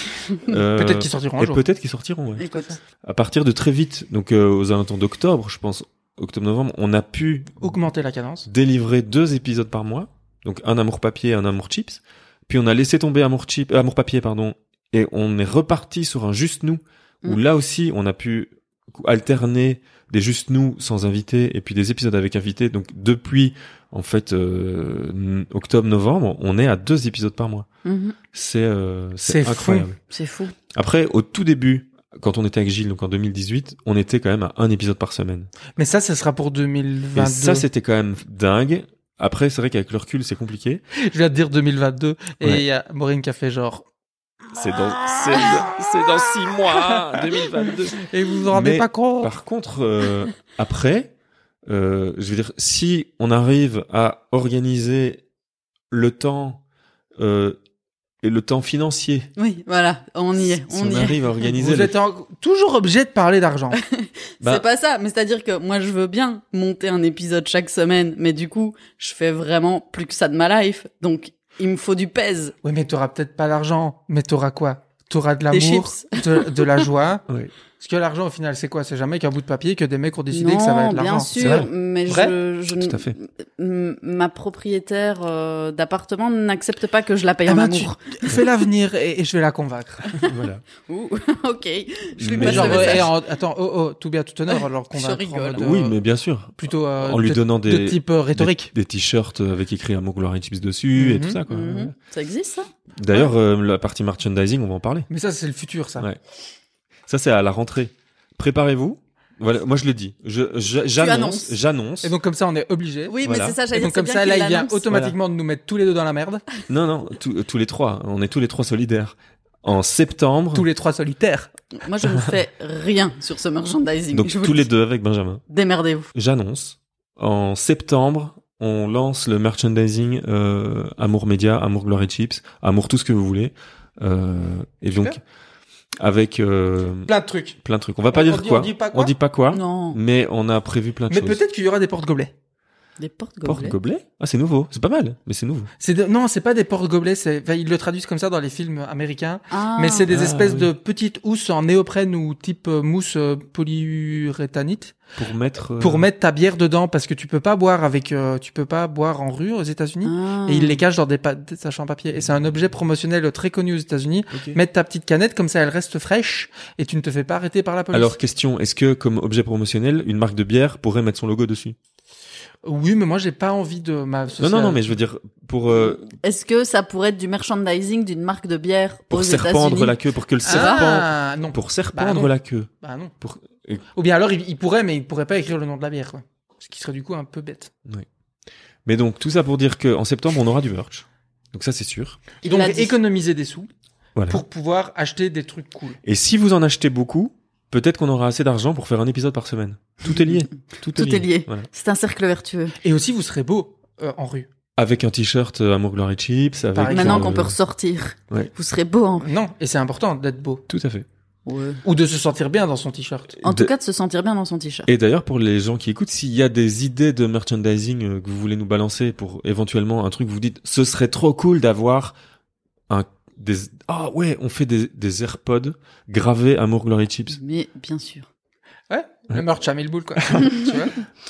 Speaker 2: Euh,
Speaker 3: Peut-être qu'ils sortiront un
Speaker 2: et
Speaker 3: jour.
Speaker 2: peut-être qu'ils sortiront. ouais
Speaker 1: écoute.
Speaker 2: à partir de très vite, donc euh, aux alentours d'octobre, je pense, octobre-novembre, on a pu
Speaker 3: Augmenter la cadence.
Speaker 2: délivrer deux épisodes par mois, donc un amour papier et un amour chips. Puis on a laissé tomber amour chip, euh, amour papier pardon, et on est reparti sur un juste nous où
Speaker 1: Mm.
Speaker 2: là aussi on a pu alterner des juste nous sans invité et puis des épisodes avec invité. Donc depuis en fait euh, octobre-novembre, on est à deux épisodes par mois.
Speaker 1: Mhm.
Speaker 2: C'est euh,
Speaker 3: C'est
Speaker 2: c'est
Speaker 3: fou.
Speaker 2: incroyable.
Speaker 1: C'est fou.
Speaker 2: Après, au tout début, quand on était avec Gilles, donc en 2018, on était quand même à un épisode par semaine.
Speaker 3: Mais ça, ça sera pour
Speaker 2: Et
Speaker 3: 2022.
Speaker 2: ça, c'était quand même dingue. Après, c'est vrai qu'avec le recul, c'est compliqué.
Speaker 3: Je viens de dire 2022. Et
Speaker 2: Ouais.
Speaker 3: il y a Maureen qui a fait genre.
Speaker 2: C'est dans, c'est, c'est dans six mois, 2022.
Speaker 3: Et vous vous rendez
Speaker 2: Mais
Speaker 3: pas compte
Speaker 2: Par contre, euh, après, euh, je veux dire, si on arrive à organiser le temps euh, et le temps financier,
Speaker 1: Oui, voilà, on y est,
Speaker 2: si
Speaker 1: on
Speaker 2: on
Speaker 1: y est.
Speaker 2: arrive à organiser
Speaker 3: Vous
Speaker 2: le
Speaker 3: êtes en- toujours obligé de parler d'argent.
Speaker 2: Bah-
Speaker 1: C'est pas ça, mais c'est-à-dire que moi je veux bien monter un épisode chaque semaine, mais du coup, je fais vraiment plus que ça de ma life, donc il me faut du pèse.
Speaker 3: oui, mais t'auras peut-être pas l'argent. Mais t'auras quoi T'auras de l'amour,
Speaker 1: chips.
Speaker 3: de, de la joie.
Speaker 2: Ouais.
Speaker 3: Parce que l'argent, au final, c'est quoi C'est jamais qu'un bout de papier que des mecs ont décidé
Speaker 1: non,
Speaker 3: que ça va être de l'argent.
Speaker 1: bien
Speaker 3: C'est vrai.
Speaker 1: sûr, mais
Speaker 3: Vrai
Speaker 1: je, je ne-
Speaker 2: Tout à fait.
Speaker 1: m- ma propriétaire euh, d'appartement n'accepte pas que je la paye
Speaker 3: Eh
Speaker 1: en
Speaker 3: ben,
Speaker 1: amour.
Speaker 3: Fais l'avenir et, et je vais la convaincre.
Speaker 2: voilà.
Speaker 1: Ouh, ok, je lui
Speaker 2: Mais
Speaker 1: passe
Speaker 3: genre,
Speaker 1: le
Speaker 2: ouais,
Speaker 1: message.
Speaker 3: eh, en- attends, oh, oh, tout bien, tout honneur, alors convaincre. en
Speaker 1: rigole.
Speaker 3: mode, euh,
Speaker 2: Oui, mais bien sûr.
Speaker 3: Plutôt euh,
Speaker 2: en lui
Speaker 3: de,
Speaker 2: donnant
Speaker 3: de
Speaker 2: des,
Speaker 3: type euh, rhétorique.
Speaker 2: des t-shirts avec écrit un mot gloire et chips dessus et
Speaker 3: Mhm.
Speaker 2: tout ça. Quoi.
Speaker 1: Mhm. Ça existe ça
Speaker 2: D'ailleurs, euh, la partie merchandising, on va en parler.
Speaker 3: Mais ça, c'est le futur, ça.
Speaker 2: Ouais. Ça, c'est à la rentrée. Préparez-vous. Voilà, moi je le dis. Je, je- j'annonce,
Speaker 1: annonces.
Speaker 2: j'annonce.
Speaker 3: Et donc, comme ça, on est obligé.
Speaker 1: Oui,
Speaker 2: Voilà.
Speaker 1: mais c'est ça,
Speaker 3: Et
Speaker 1: j'allais
Speaker 3: donc,
Speaker 1: dire,
Speaker 3: comme
Speaker 1: c'est
Speaker 3: ça,
Speaker 1: bien
Speaker 3: là,
Speaker 1: qu'il
Speaker 3: il vient
Speaker 1: l'annonce. Ah.
Speaker 3: automatiquement de nous mettre tous les deux dans la merde.
Speaker 2: Non, non, tous- euh, tous les trois. On est tous les trois solidaires. En septembre,
Speaker 3: Tous les trois solitaires.
Speaker 1: Moi je ne fais rien sur ce merchandising.
Speaker 2: donc
Speaker 1: je vous
Speaker 2: tous
Speaker 1: le
Speaker 2: les
Speaker 1: dis.
Speaker 2: deux avec Benjamin.
Speaker 1: Démerdez-vous.
Speaker 2: J'annonce. En septembre, on lance le merchandising euh, Amour Média, Amour Glory Chips, Amour tout ce que vous voulez. Euh, et donc avec euh,
Speaker 3: Plein de trucs.
Speaker 2: plein de trucs. On va pas
Speaker 3: On-
Speaker 2: dire
Speaker 3: on dit-
Speaker 2: quoi.
Speaker 3: on dit pas quoi
Speaker 2: On dit pas quoi.
Speaker 1: Non,
Speaker 2: Mais on a prévu plein de
Speaker 3: Mais
Speaker 2: choses.
Speaker 3: peut-être qu'il y aura des portes-gobelets.
Speaker 1: des portes
Speaker 2: Porte
Speaker 1: gobelets.
Speaker 2: gobelet Ah, c'est nouveau. C'est pas mal, mais c'est nouveau.
Speaker 3: C'est de- Non, c'est pas des portes-gobelets. c'est- enfin, ils le traduisent comme ça dans les films américains.
Speaker 1: Ah.
Speaker 3: Mais c'est des
Speaker 2: Ah,
Speaker 3: espèces
Speaker 2: oui.
Speaker 3: de petites housses en néoprène ou type euh, mousse euh, polyuréthanite
Speaker 2: Pour mettre. euh,
Speaker 3: pour mettre ta bière dedans parce que tu peux pas boire avec, euh, tu peux pas boire en rue aux États-Unis.
Speaker 1: Ah.
Speaker 3: Et ils les cachent dans des, pa- des sachets en papier. Et c'est un objet promotionnel très connu aux États-Unis.
Speaker 2: ok.
Speaker 3: Mettre ta petite canette, comme ça elle reste fraîche et tu ne te fais pas arrêter par la police.
Speaker 2: Alors question, est-ce que comme objet promotionnel, une marque de bière pourrait mettre son logo dessus
Speaker 3: Oui, mais moi j'ai pas envie de ma.
Speaker 2: Non, non, non, mais je veux dire pour euh,
Speaker 1: Est-ce que ça pourrait être du merchandising d'une marque de bière aux
Speaker 2: pour
Speaker 1: États-Unis
Speaker 2: serpendre la queue, pour que le serpent
Speaker 3: Ah, non.
Speaker 2: pour serpendre
Speaker 3: Bah non.
Speaker 2: la queue.
Speaker 3: Bah non.
Speaker 2: Pour- et-
Speaker 3: Ou bien alors il, il pourrait, mais il pourrait pas écrire le nom de la bière, quoi. Ce qui serait du coup un peu bête.
Speaker 2: Mais donc tout ça pour dire que en septembre on aura du merch. Donc ça c'est sûr.
Speaker 1: Il
Speaker 3: Donc
Speaker 1: l'a dit.
Speaker 3: économiser des sous
Speaker 2: Voilà.
Speaker 3: pour pouvoir acheter des trucs cool.
Speaker 2: Et si vous en achetez beaucoup, peut-être qu'on aura assez d'argent pour faire un épisode par semaine. Tout est lié. Tout,
Speaker 1: Tout est lié.
Speaker 2: Voilà.
Speaker 1: C'est un cercle vertueux.
Speaker 3: Et aussi vous serez beau euh, en rue.
Speaker 2: Avec un t-shirt euh, Amour Glory Chips. Avec,
Speaker 3: Par exemple.
Speaker 1: Maintenant
Speaker 2: euh,
Speaker 1: qu'on peut ressortir,
Speaker 2: ouais.
Speaker 1: vous serez beau hein. en
Speaker 3: Non, et c'est important d'être beau
Speaker 2: Tout à fait.
Speaker 3: ou de se sentir bien dans son t-shirt.
Speaker 1: En tout
Speaker 2: De-
Speaker 1: cas, de se sentir bien dans son t-shirt.
Speaker 2: Et d'ailleurs, pour les gens qui écoutent, s'il y a des idées de merchandising euh, que vous voulez nous balancer pour éventuellement un truc, vous dites, ce serait trop cool d'avoir un des ah ouais, on fait des, des AirPods gravés Amour Glory Chips,
Speaker 1: Mais bien sûr.
Speaker 3: Ouais. Le
Speaker 2: Ouais.
Speaker 3: merch à mille boules, quoi. tu vois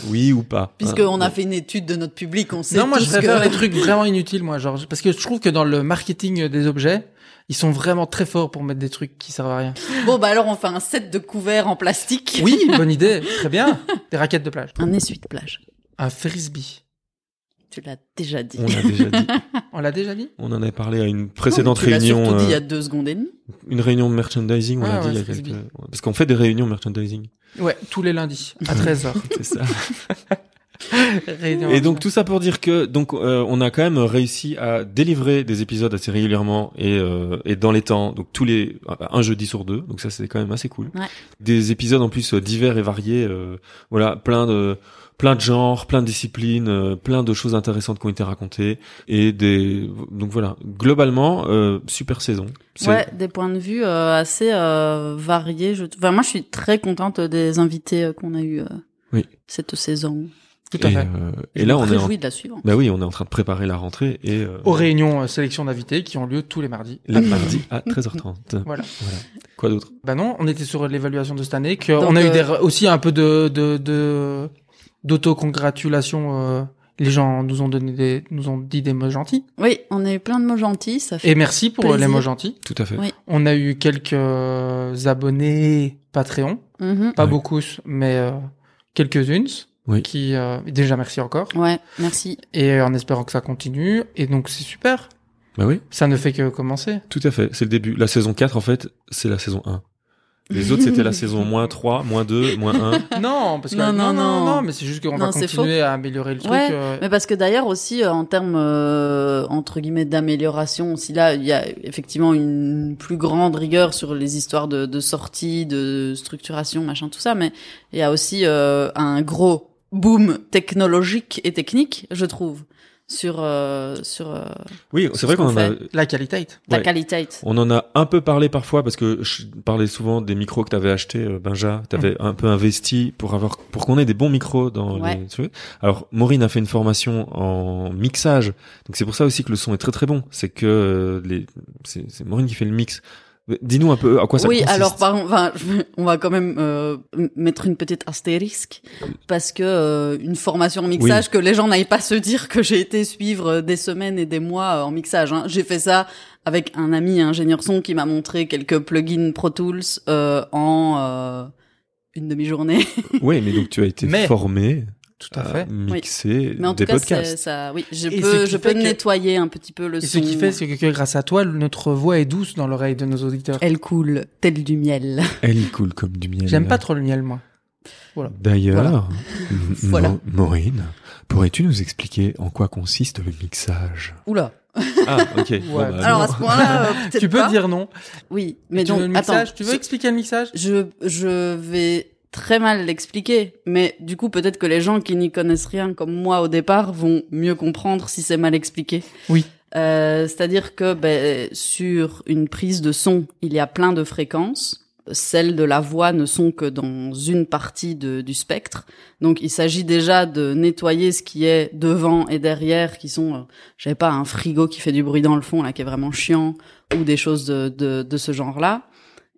Speaker 2: oui ou pas
Speaker 1: Puisqu'on
Speaker 2: Hein,
Speaker 1: a fait une étude de notre public, on sait
Speaker 3: Non, moi
Speaker 1: tout
Speaker 3: je
Speaker 1: ce que-
Speaker 3: préfère les trucs vraiment inutiles, moi, genre parce que je trouve que dans le marketing des objets, ils sont vraiment très forts pour mettre des trucs qui servent à rien.
Speaker 1: Bon, bah alors on fait un set de couverts en plastique.
Speaker 3: Oui, bonne idée, très bien. Des raquettes de plage,
Speaker 1: Un essuie de plage.
Speaker 3: un frisbee.
Speaker 1: Tu l'as déjà dit.
Speaker 2: On l'a déjà dit.
Speaker 3: On l'a déjà dit.
Speaker 2: On en avait parlé à une précédente
Speaker 1: Non, mais Tu l'as
Speaker 2: réunion,
Speaker 1: surtout dit il y
Speaker 2: euh,
Speaker 1: a deux secondes et demie.
Speaker 2: une réunion de merchandising. On
Speaker 3: Ah
Speaker 2: l'a dit
Speaker 3: ouais,
Speaker 2: il y a
Speaker 3: c'est
Speaker 2: quelques-
Speaker 3: bien.
Speaker 2: parce qu'on fait des réunions merchandising.
Speaker 3: Ouais, tous les lundis à 13h.
Speaker 2: C'est ça.
Speaker 3: Réunion.
Speaker 2: Et donc tout ça pour dire que donc euh, on a quand même réussi à délivrer des épisodes assez régulièrement et, euh, et dans les temps donc tous les un jeudi sur deux donc ça c'est quand même assez cool
Speaker 1: Ouais.
Speaker 2: des épisodes en plus euh, divers et variés euh, voilà plein de plein de genres plein de disciplines euh, plein de choses intéressantes qui ont été racontées et des donc voilà globalement euh, super saison C'est-
Speaker 1: Ouais, des points de vue euh, assez euh, variés. Je... Enfin, moi, je suis très contente des invités euh, qu'on a eu
Speaker 2: Oui.
Speaker 1: cette saison.
Speaker 3: tout à
Speaker 2: et,
Speaker 3: fait.
Speaker 2: euh,
Speaker 1: Je
Speaker 2: et là
Speaker 1: me
Speaker 2: on est en,
Speaker 1: réjouis de la suivante.
Speaker 2: bah oui on est en train de préparer la rentrée et euh,
Speaker 3: Aux réunions euh, sélection d'invités qui ont lieu tous les mardis.
Speaker 2: les mardis à 13h30
Speaker 3: Voilà.
Speaker 2: quoi d'autre
Speaker 3: Bah non, on était sur l'évaluation de cette année, que
Speaker 1: Donc,
Speaker 3: on a eu
Speaker 1: euh,
Speaker 3: des, re- aussi un peu de de de- d'autocongratulation euh, Les gens nous ont donné des, nous ont dit des mots gentils.
Speaker 1: Oui, on a eu plein de mots gentils, ça fait.
Speaker 3: Et merci pour
Speaker 1: Plaisir.
Speaker 3: les mots gentils.
Speaker 2: Tout à fait.
Speaker 1: Oui.
Speaker 3: On a eu quelques euh, abonnés Patreon.
Speaker 1: Mhm.
Speaker 3: Pas
Speaker 2: Ouais.
Speaker 3: beaucoup, mais euh, quelques-unes.
Speaker 2: Oui.
Speaker 3: Qui, euh, déjà merci encore.
Speaker 1: Ouais, merci.
Speaker 3: Et euh, en espérant que ça continue. Et donc c'est super.
Speaker 2: Bah oui,
Speaker 3: Ça ne fait que commencer.
Speaker 2: tout à fait. C'est le début. La saison 4, en fait, c'est la saison 1. Les autres, c'était la saison moins 3, moins 2, moins 1.
Speaker 3: Non, parce que
Speaker 1: Non, non, non.
Speaker 3: mais c'est juste qu'on
Speaker 1: Non,
Speaker 3: va
Speaker 1: c'est
Speaker 3: continuer à améliorer le truc.
Speaker 1: Ouais,
Speaker 3: euh,
Speaker 1: Mais parce que d'ailleurs aussi euh, en termes euh, entre guillemets d'amélioration, si là il y a effectivement une plus grande rigueur sur les histoires de, de sortie, de structuration, machin, tout ça, mais il y a aussi euh, un gros boom technologique et technique, je trouve, sur euh, sur euh,
Speaker 2: Oui, c'est vrai
Speaker 1: ce qu'on
Speaker 2: qu'on en a,
Speaker 1: fait.
Speaker 3: La qualité.
Speaker 1: la
Speaker 2: Ouais.
Speaker 1: qualité.
Speaker 2: On en a un peu parlé parfois parce que je parlais souvent des micros que t'avais acheté, euh, Benja.
Speaker 1: Mm.
Speaker 2: T'avais un peu investi pour avoir, pour qu'on ait des bons micros dans
Speaker 1: Ouais.
Speaker 2: les trucs. Alors, Maureen a fait une formation en mixage. Donc, c'est pour ça aussi que le son est très très bon. C'est que euh, les, c'est, c'est Maureen qui fait le mix. Euh, Dis-nous un peu à quoi ça
Speaker 1: oui,
Speaker 2: consiste.
Speaker 1: alors par enfin, je- on va quand même euh, m- mettre une petite astérisque parce que euh, une formation en mixage que les gens n'aillent pas se dire que j'ai été suivre euh, des semaines et des mois euh, en mixage. hein. J'ai fait ça avec un ami un ingénieur son qui m'a montré quelques plugins Pro Tools euh, en euh, une demi-journée.
Speaker 2: Oui, mais donc tu as été
Speaker 3: Mais-
Speaker 2: formé
Speaker 3: Tout à
Speaker 2: à
Speaker 3: fait.
Speaker 2: mixer
Speaker 1: Mais en
Speaker 2: des
Speaker 1: tout cas, c'est-
Speaker 2: podcasts.
Speaker 1: ça, oui, je
Speaker 3: Et ce
Speaker 1: peux,
Speaker 3: qui
Speaker 1: je peux
Speaker 3: fait que-
Speaker 1: nettoyer un petit peu le
Speaker 3: Et
Speaker 1: son.
Speaker 3: ce qui fait, c'est que que grâce à toi, notre voix est douce dans l'oreille de nos auditeurs.
Speaker 1: Elle coule telle du miel.
Speaker 2: Elle est cool comme du miel.
Speaker 3: J'aime pas trop le miel, moi. Voilà.
Speaker 2: D'ailleurs, M-
Speaker 1: Voilà.
Speaker 2: Mo- Maureen, pourrais-tu nous expliquer en quoi consiste le mixage
Speaker 1: Oula.
Speaker 2: Ah, ok. Bon, bah,
Speaker 1: Alors
Speaker 2: non.
Speaker 1: à ce point-là, euh, peut-être
Speaker 3: Ah. Tu peux
Speaker 1: pas.
Speaker 3: dire non.
Speaker 1: Oui, mais
Speaker 3: tu
Speaker 1: donc
Speaker 3: veux le
Speaker 1: attends.
Speaker 3: mixage Tu veux
Speaker 1: ce-
Speaker 3: expliquer le mixage
Speaker 1: Je, je vais très mal l'expliquer, mais du coup, peut-être que les gens qui n'y connaissent rien, comme moi au départ, vont mieux comprendre si c'est mal expliqué.
Speaker 3: Oui.
Speaker 1: Euh, C'est-à-dire que ben, sur une prise de son, il y a plein de fréquences. Celles de la voix ne sont que dans une partie de- du spectre. Donc, il s'agit déjà de nettoyer ce qui est devant et derrière, qui sont, euh, je sais pas, un frigo qui fait du bruit dans le fond, là, qui est vraiment chiant, ou des choses de, de, de ce genre-là.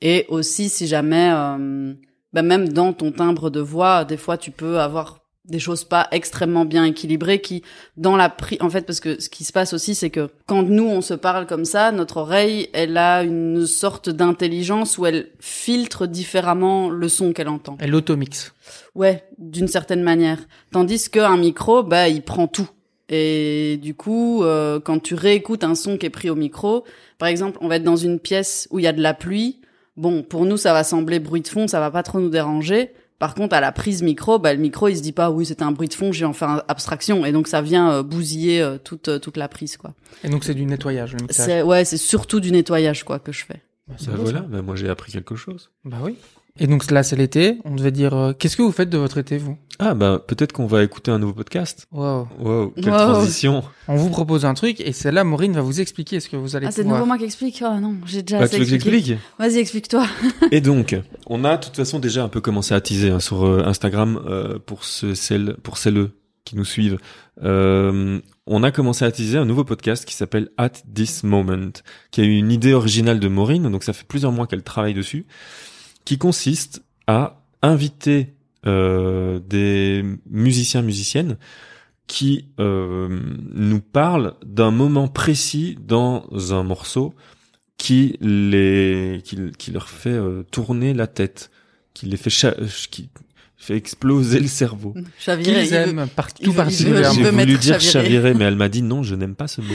Speaker 1: Et aussi, si jamais, euh, bah, même dans ton timbre de voix, des fois, tu peux avoir des choses pas extrêmement bien équilibrées qui, dans la pri en fait, parce que ce qui se passe aussi, c'est que quand nous, on se parle comme ça, notre oreille, elle a une sorte d'intelligence où elle filtre différemment le son qu'elle entend.
Speaker 3: Elle auto-mixe.
Speaker 1: Ouais, d'une certaine manière. Tandis qu'un micro, bah, il prend tout. Et du coup, euh, quand tu réécoutes un son qui est pris au micro, par exemple, on va être dans une pièce où il y a de la pluie. Bon, pour nous, ça va sembler bruit de fond, ça va pas trop nous déranger. Par contre, à la prise micro, bah, le micro, il se dit pas, oui, c'était un bruit de fond, j'ai en fait un- abstraction. Et donc, ça vient euh, bousiller euh, toute, euh, toute la prise, quoi.
Speaker 3: Et donc, c'est du nettoyage, le mixage.
Speaker 1: C'est, ouais, c'est surtout du nettoyage, quoi, que je fais.
Speaker 3: Bah, c'est
Speaker 2: Bah
Speaker 3: beau,
Speaker 2: voilà,
Speaker 3: ça.
Speaker 2: bah moi j'ai appris quelque chose.
Speaker 3: Bah oui. Et donc, là, c'est l'été. On devait dire, euh, qu'est-ce que vous faites de votre été, vous
Speaker 2: Ah bah peut-être qu'on va écouter un nouveau podcast.
Speaker 3: Wow.
Speaker 2: Wow, quelle
Speaker 1: Wow.
Speaker 2: transition.
Speaker 3: On vous propose un truc, et c'est là, Maureen va vous expliquer ce que vous allez
Speaker 1: Ah, c'est de
Speaker 3: pouvoir.
Speaker 1: nouveau moi qui explique? Oh non, j'ai déjà
Speaker 2: Bah,
Speaker 1: assez
Speaker 2: tu veux que
Speaker 1: expliqué.
Speaker 2: j'explique
Speaker 1: Vas-y, explique-toi.
Speaker 2: Et donc, on a de toute façon déjà un peu commencé à teaser hein, sur euh, Instagram euh, pour ceux, celles, pour celles qui nous suivent. Euh, on a commencé à teaser un nouveau podcast qui s'appelle At This Moment, qui a eu une idée originale de Maureen, donc ça fait plusieurs mois qu'elle travaille dessus, qui consiste à inviter euh, des musiciens, musiciennes qui euh, nous parlent d'un moment précis dans un morceau qui les qui, qui leur fait euh, tourner la tête, qui les fait cha- euh, qui fait exploser le cerveau.
Speaker 1: Chaviré.
Speaker 3: Qu'ils
Speaker 1: il veut-
Speaker 3: aiment par-
Speaker 1: il veut-
Speaker 3: tout
Speaker 1: il
Speaker 2: J'ai
Speaker 1: veut
Speaker 3: particulièrement.
Speaker 2: voulu
Speaker 1: mettre
Speaker 2: dire
Speaker 1: chavirer.
Speaker 2: chavirer, mais elle m'a dit non, je n'aime pas ce mot.
Speaker 3: Tu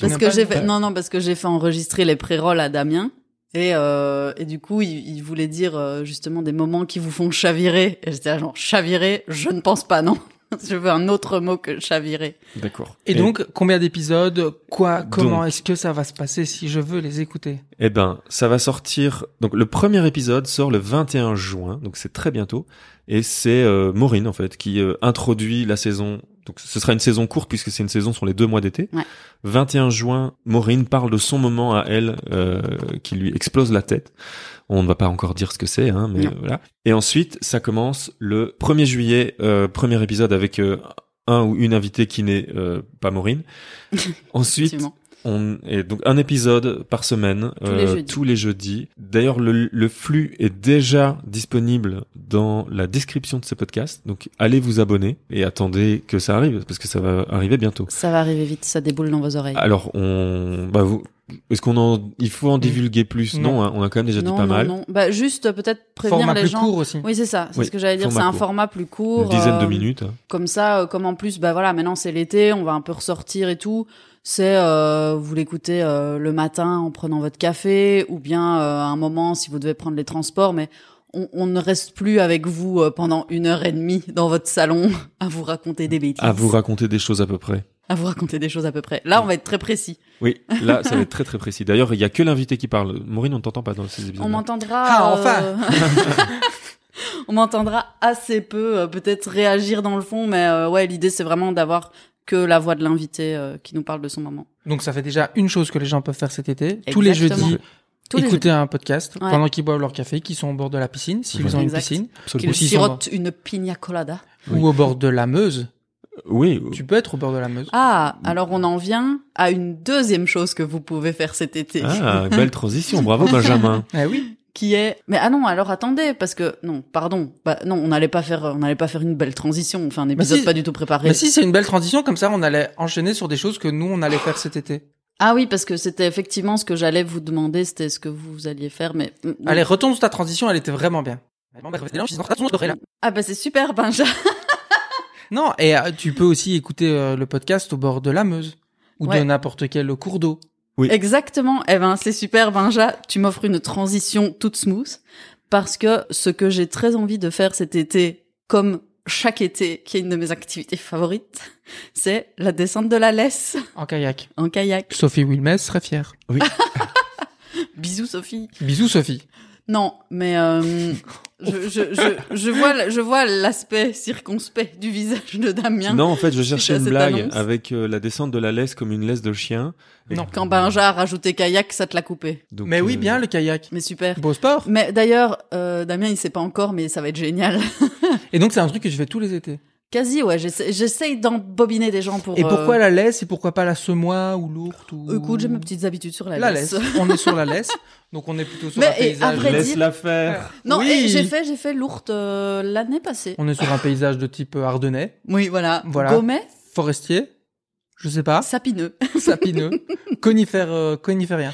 Speaker 1: Parce
Speaker 3: n'aimes
Speaker 1: que
Speaker 3: pas
Speaker 1: j'ai
Speaker 3: le
Speaker 1: fait
Speaker 3: faire.
Speaker 1: non non parce que j'ai fait enregistrer les pré-rolls à Damien et euh, et du coup il, il voulait dire euh, justement des moments qui vous font chavirer et j'étais là, genre chavirer je ne pense pas non je veux un autre mot que chavirer
Speaker 2: D'accord.
Speaker 3: Et donc, combien d'épisodes Quoi Comment
Speaker 2: Donc.
Speaker 3: est-ce que ça va se passer si je veux les écouter
Speaker 2: Eh ben, ça va sortir. Donc le premier épisode sort le 21 juin, donc c'est très bientôt. Et c'est euh, Maureen en fait qui euh, introduit la saison. Donc ce sera une saison courte puisque c'est une saison sur les deux mois d'été.
Speaker 1: Ouais.
Speaker 2: 21 juin, Maureen parle de son moment à elle euh, qui lui explose la tête. On ne va pas encore dire ce que c'est, hein, mais
Speaker 1: Non.
Speaker 2: voilà. Et ensuite, ça commence le 1er juillet, euh, premier épisode avec euh, un ou une invitée qui n'est euh, pas Maureen. ensuite,
Speaker 1: effectivement
Speaker 2: on est donc un épisode par semaine euh,
Speaker 1: Tous les jeudis.
Speaker 2: tous les jeudis. D'ailleurs, le, le flux est déjà disponible dans la description de ce podcast. Donc, allez vous abonner et attendez que ça arrive parce que ça va arriver bientôt.
Speaker 1: Ça va arriver vite, ça déboule dans vos oreilles.
Speaker 2: Alors, on, bah, vous, est-ce qu'on en, il faut en divulguer plus?
Speaker 3: Non.
Speaker 2: Non, hein, on a quand même déjà
Speaker 1: Mm. non,
Speaker 2: dit pas
Speaker 1: non,
Speaker 2: mal.
Speaker 1: non. Bah, juste euh, peut-être prévenir
Speaker 3: Format
Speaker 1: les
Speaker 3: plus
Speaker 1: gens.
Speaker 3: court aussi.
Speaker 1: Oui, c'est ça. C'est
Speaker 2: Oui,
Speaker 1: ce que j'allais dire. C'est
Speaker 2: format
Speaker 1: un
Speaker 2: court.
Speaker 1: format plus court.
Speaker 2: Une dizaine de
Speaker 1: euh,
Speaker 2: minutes. hein.
Speaker 1: Comme ça, euh, comme en plus, bah voilà, maintenant c'est l'été, on va un peu ressortir et tout. C'est euh, vous l'écoutez euh, le matin en prenant votre café ou bien euh, à un moment si vous devez prendre les transports, mais on, on ne reste plus avec vous euh, pendant une heure et demie dans votre salon à vous raconter des bêtises,
Speaker 2: À vous raconter des choses à peu près.
Speaker 1: à vous raconter des choses à peu près. Là, on va être très précis.
Speaker 2: Oui, là, ça va être très très précis. D'ailleurs, il y a que l'invité qui parle. Maureen, on ne t'entend pas dans ces épisodes.
Speaker 1: On m'entendra.
Speaker 3: Ah,
Speaker 1: euh, on m'entendra assez peu, euh, peut-être réagir dans le fond, mais euh, ouais, l'idée c'est vraiment d'avoir que la voix de l'invité euh, qui nous parle de son moment.
Speaker 3: Donc ça fait déjà une chose que les gens peuvent faire cet été. Tous les
Speaker 1: Exactement.
Speaker 3: jeudis,
Speaker 1: Tous les
Speaker 3: écouter un podcast
Speaker 1: Ouais.
Speaker 3: pendant qu'ils boivent leur café, qu'ils sont au bord de la piscine, s'ils
Speaker 2: Voilà.
Speaker 3: ont
Speaker 1: Exact.
Speaker 3: une piscine,
Speaker 1: Qu'il
Speaker 3: Ou s'ils sont
Speaker 1: sirote une pina colada.
Speaker 2: Oui.
Speaker 3: ou au bord de la Meuse.
Speaker 2: Oui,
Speaker 3: Tu peux être au bord de la Meuse.
Speaker 1: Ah, alors on en vient à une deuxième chose que vous pouvez faire cet été,
Speaker 2: Ah, belle transition, bravo Benjamin.
Speaker 3: Ah oui.
Speaker 1: qui est. Mais ah non, alors attendez, parce que non, pardon, bah non, on n'allait pas faire, on n'allait pas faire une belle transition, on fait un épisode
Speaker 3: si.
Speaker 1: pas du tout préparé.
Speaker 3: Mais si c'est une belle transition comme ça, on allait enchaîner sur des choses que nous on allait faire cet été.
Speaker 1: Ah oui, parce que c'était effectivement ce que j'allais vous demander, c'était ce que vous alliez faire, mais mm,
Speaker 3: Allez, retourne sur ta transition, elle était vraiment bien.
Speaker 1: Ah bah c'est super, Benja.
Speaker 3: Non, et euh, tu peux aussi écouter euh, le podcast au bord de la Meuse ou de
Speaker 1: Ouais.
Speaker 3: n'importe quel cours d'eau.
Speaker 2: Oui.
Speaker 1: Exactement. Eh ben c'est super, Benja. Tu m'offres une transition toute smooth parce que ce que j'ai très envie de faire cet été, comme chaque été, qui est une de mes activités favorites, c'est la descente de la laisse
Speaker 3: En kayak.
Speaker 1: en kayak.
Speaker 3: Sophie Wilmès serait fière.
Speaker 1: Bisous, Sophie.
Speaker 3: Bisous Sophie.
Speaker 1: Non, mais euh, je, je, je, je vois je vois l'aspect circonspect du visage de Damien
Speaker 2: Non, en fait, je
Speaker 1: Suite à
Speaker 2: cherchais une
Speaker 1: cette
Speaker 2: blague
Speaker 1: annonce.
Speaker 2: avec euh, la descente de la laisse comme une laisse de chien. Et-
Speaker 3: Non.
Speaker 1: quand Benja a rajouté kayak, ça te l'a coupé.
Speaker 2: Donc,
Speaker 3: Mais oui,
Speaker 2: euh,
Speaker 3: bien le kayak.
Speaker 1: Mais super.
Speaker 3: Beau sport.
Speaker 1: Mais d'ailleurs, euh, Damien, il sait pas encore, mais ça va être génial.
Speaker 3: Et donc c'est un truc que je fais tous les étés.
Speaker 1: Quasi, ouais. j'essa- J'essaye d'embobiner des gens pour.
Speaker 3: Et
Speaker 1: euh,
Speaker 3: pourquoi la laisse et pourquoi pas la semoie ou l'ourte ou...
Speaker 1: Écoute, j'ai mes petites habitudes sur la,
Speaker 3: La
Speaker 1: laisse.
Speaker 3: laisse. on est sur la laisse, donc on est plutôt sur
Speaker 1: Mais
Speaker 3: un
Speaker 1: et à
Speaker 3: paysage.
Speaker 1: vrai dire-
Speaker 2: Laisse-la faire.
Speaker 1: Non,
Speaker 3: Oui.
Speaker 1: et j'ai fait, j'ai fait l'ourte euh, l'année passée.
Speaker 3: On est sur un paysage de type euh, ardennais,
Speaker 1: Oui, voilà.
Speaker 3: Voilà. Ah.
Speaker 1: Gomet,
Speaker 3: forestier, je sais pas,
Speaker 1: sapineux.
Speaker 3: sapineux, conifère, euh, coniférien.